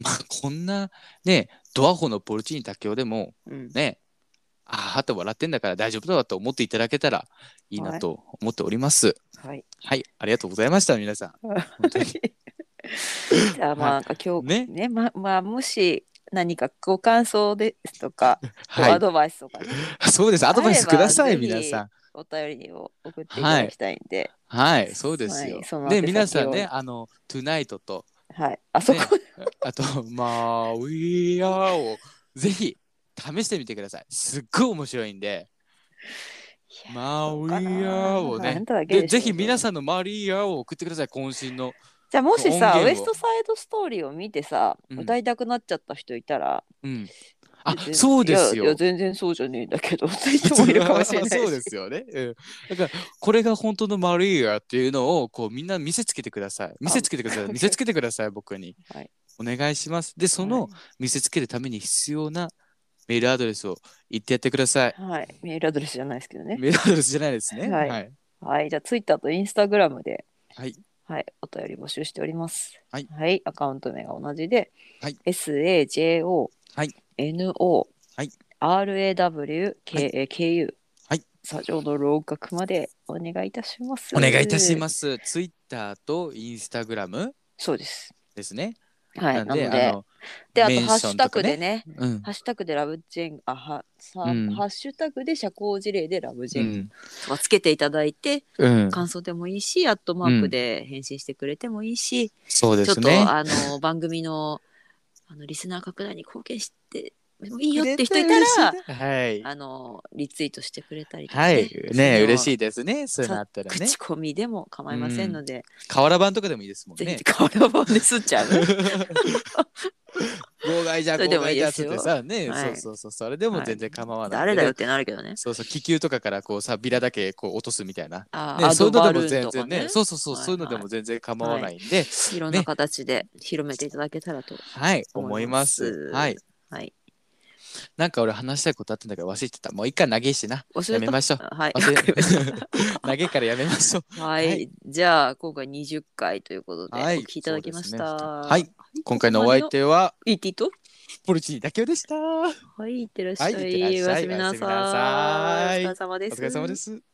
[SPEAKER 1] まあ、こんな、ね、ドアホのポルチーニ卓球でも、
[SPEAKER 2] うん
[SPEAKER 1] ね、ああって笑ってんだから大丈夫だと思っていただけたらいいなと思っております。
[SPEAKER 2] はい。
[SPEAKER 1] はい、ありがとうございました、皆さん。本当に
[SPEAKER 2] じゃあまあ、なんか今日、
[SPEAKER 1] ね
[SPEAKER 2] ねままあ、もし何かご感想ですとか、ごア
[SPEAKER 1] は
[SPEAKER 2] ドバイスとかね、
[SPEAKER 1] い、そうです、アドバイスくださ
[SPEAKER 2] あ
[SPEAKER 1] い、
[SPEAKER 2] ればぜ
[SPEAKER 1] 皆
[SPEAKER 2] ひ
[SPEAKER 1] さん。
[SPEAKER 2] お便りを送っていただきたいんで、
[SPEAKER 1] はい、そうですよ
[SPEAKER 2] はいそ。の
[SPEAKER 1] で、
[SPEAKER 2] 宛先を
[SPEAKER 1] 皆さんね、あの、トゥナイトと、
[SPEAKER 2] はい。あそこ、
[SPEAKER 1] あと、まあ、ウィーアーをぜひ試してみてください。すっごい面白いんで。マウイアーをね。で、ぜひ皆
[SPEAKER 2] ん。
[SPEAKER 1] さんのマリアーを送ってください、渾身の。
[SPEAKER 2] じゃあもしさ、
[SPEAKER 1] 音源を
[SPEAKER 2] ウエストサイドストーリーを見てさ、
[SPEAKER 1] うん
[SPEAKER 2] 歌いたくなっちゃった人いたら、
[SPEAKER 1] うん。あ
[SPEAKER 2] 全、然
[SPEAKER 1] そうですよ。
[SPEAKER 2] いやいや全然そうじゃねえんだけど、って人もいるかもしれないし。
[SPEAKER 1] そうですよね。うん。だから、これが本当のマリアーっていうのを、こう、みんな見せつけてください。見せつけてください。見せつけてください、僕に。
[SPEAKER 2] はい
[SPEAKER 1] お願いします。で、その、見せつけるために必要なメールアドレスを言ってやってください。
[SPEAKER 2] はい、はい、メールアドレスじゃないですけどね。
[SPEAKER 1] メールアドレスじゃないですね。
[SPEAKER 2] はい
[SPEAKER 1] はい。
[SPEAKER 2] はい、じゃあツイッターとインスタグラムで、
[SPEAKER 1] はい。
[SPEAKER 2] はい、お便り募集しております。
[SPEAKER 1] はい
[SPEAKER 2] アカウント名が同じで、
[SPEAKER 1] はい
[SPEAKER 2] SAJO、
[SPEAKER 1] はい
[SPEAKER 2] NO、
[SPEAKER 1] はい
[SPEAKER 2] RAW、KAKU、
[SPEAKER 1] はい
[SPEAKER 2] 砂上の楼閣までお願いいたします。
[SPEAKER 1] お願いいたします。ツイッターとインスタグラム
[SPEAKER 2] す。そうです。
[SPEAKER 1] ですね。
[SPEAKER 2] はい、な
[SPEAKER 1] な
[SPEAKER 2] の
[SPEAKER 1] んで、
[SPEAKER 2] で、
[SPEAKER 1] あの、
[SPEAKER 2] で、あと
[SPEAKER 1] メン
[SPEAKER 2] ハッ
[SPEAKER 1] シ
[SPEAKER 2] シ
[SPEAKER 1] ョ
[SPEAKER 2] ュ
[SPEAKER 1] ン
[SPEAKER 2] タ
[SPEAKER 1] とか
[SPEAKER 2] グ
[SPEAKER 1] ね
[SPEAKER 2] でね、
[SPEAKER 1] うん。
[SPEAKER 2] ハッシュタグでラブジェン、あは、さ、
[SPEAKER 1] うん
[SPEAKER 2] ハッシュタグで社交辞令でラブジ
[SPEAKER 1] う
[SPEAKER 2] ェン
[SPEAKER 1] ん。
[SPEAKER 2] とかつけていただいて、
[SPEAKER 1] うん。
[SPEAKER 2] 感想でもいいし、アットマークで返信してくれてもいいし、
[SPEAKER 1] そうで
[SPEAKER 2] ちょっ
[SPEAKER 1] す
[SPEAKER 2] と、
[SPEAKER 1] ね。
[SPEAKER 2] あの、番組の、あの、リスナー拡大に貢献してもいいよって人い
[SPEAKER 1] 絶
[SPEAKER 2] た
[SPEAKER 1] 対
[SPEAKER 2] ら、
[SPEAKER 1] 嬉しいねはい。
[SPEAKER 2] あの、リツイートしてくれたりとか、
[SPEAKER 1] はい。ね嬉し
[SPEAKER 2] い。
[SPEAKER 1] いですね。そういうのあったらね
[SPEAKER 2] 口。コミでも構いませんので、
[SPEAKER 1] 瓦版とかでもいいですもん
[SPEAKER 2] ぜ
[SPEAKER 1] ね
[SPEAKER 2] ひ。瓦版ですっちゃう。
[SPEAKER 1] 妨害じゃ、
[SPEAKER 2] それで
[SPEAKER 1] 妨
[SPEAKER 2] もい
[SPEAKER 1] 害
[SPEAKER 2] い
[SPEAKER 1] じゃ
[SPEAKER 2] で
[SPEAKER 1] っ
[SPEAKER 2] す
[SPEAKER 1] つっ
[SPEAKER 2] よ
[SPEAKER 1] てさ、ね、
[SPEAKER 2] はい
[SPEAKER 1] そうそうそう。それでも全然構わない。
[SPEAKER 2] 誰だよっ。てなるけ どね。
[SPEAKER 1] そうそう、気球とかからこうさ、ビラだけこう落とすみたいな。
[SPEAKER 2] あー
[SPEAKER 1] ね、
[SPEAKER 2] ア
[SPEAKER 1] そうい
[SPEAKER 2] ド
[SPEAKER 1] うの
[SPEAKER 2] バ
[SPEAKER 1] で
[SPEAKER 2] ル
[SPEAKER 1] も
[SPEAKER 2] ーン
[SPEAKER 1] 全
[SPEAKER 2] とか
[SPEAKER 1] 然
[SPEAKER 2] ね
[SPEAKER 1] ね、。そうそうそう、
[SPEAKER 2] はい
[SPEAKER 1] そういうのでも全然構わないんで、
[SPEAKER 2] いろん
[SPEAKER 1] ね
[SPEAKER 2] な形で広めていただけたらと
[SPEAKER 1] はい、思
[SPEAKER 2] 思
[SPEAKER 1] い
[SPEAKER 2] い
[SPEAKER 1] ま
[SPEAKER 2] ま
[SPEAKER 1] す。
[SPEAKER 2] す。
[SPEAKER 1] はい。。
[SPEAKER 2] はい。
[SPEAKER 1] なんか俺話したいことあったんだけど忘れてた。もう一回投げしな。
[SPEAKER 2] 忘
[SPEAKER 1] や
[SPEAKER 2] れ
[SPEAKER 1] め
[SPEAKER 2] た
[SPEAKER 1] ましょう。
[SPEAKER 2] はい。
[SPEAKER 1] 忘 れ 投げからやめましょう。
[SPEAKER 2] はい、
[SPEAKER 1] はい
[SPEAKER 2] じゃあ今回20回ということでお
[SPEAKER 1] はい
[SPEAKER 2] 聞きいただきました。
[SPEAKER 1] そうですね今回のお相手は、
[SPEAKER 2] いいっていいと
[SPEAKER 1] ポルチーニだけでした。
[SPEAKER 2] はい、いってらっしゃい。
[SPEAKER 1] はいいってらっしゃい
[SPEAKER 2] おやすみなさ
[SPEAKER 1] おやすみなさ
[SPEAKER 2] い。
[SPEAKER 1] い
[SPEAKER 2] お疲れ様
[SPEAKER 1] お疲れ様です。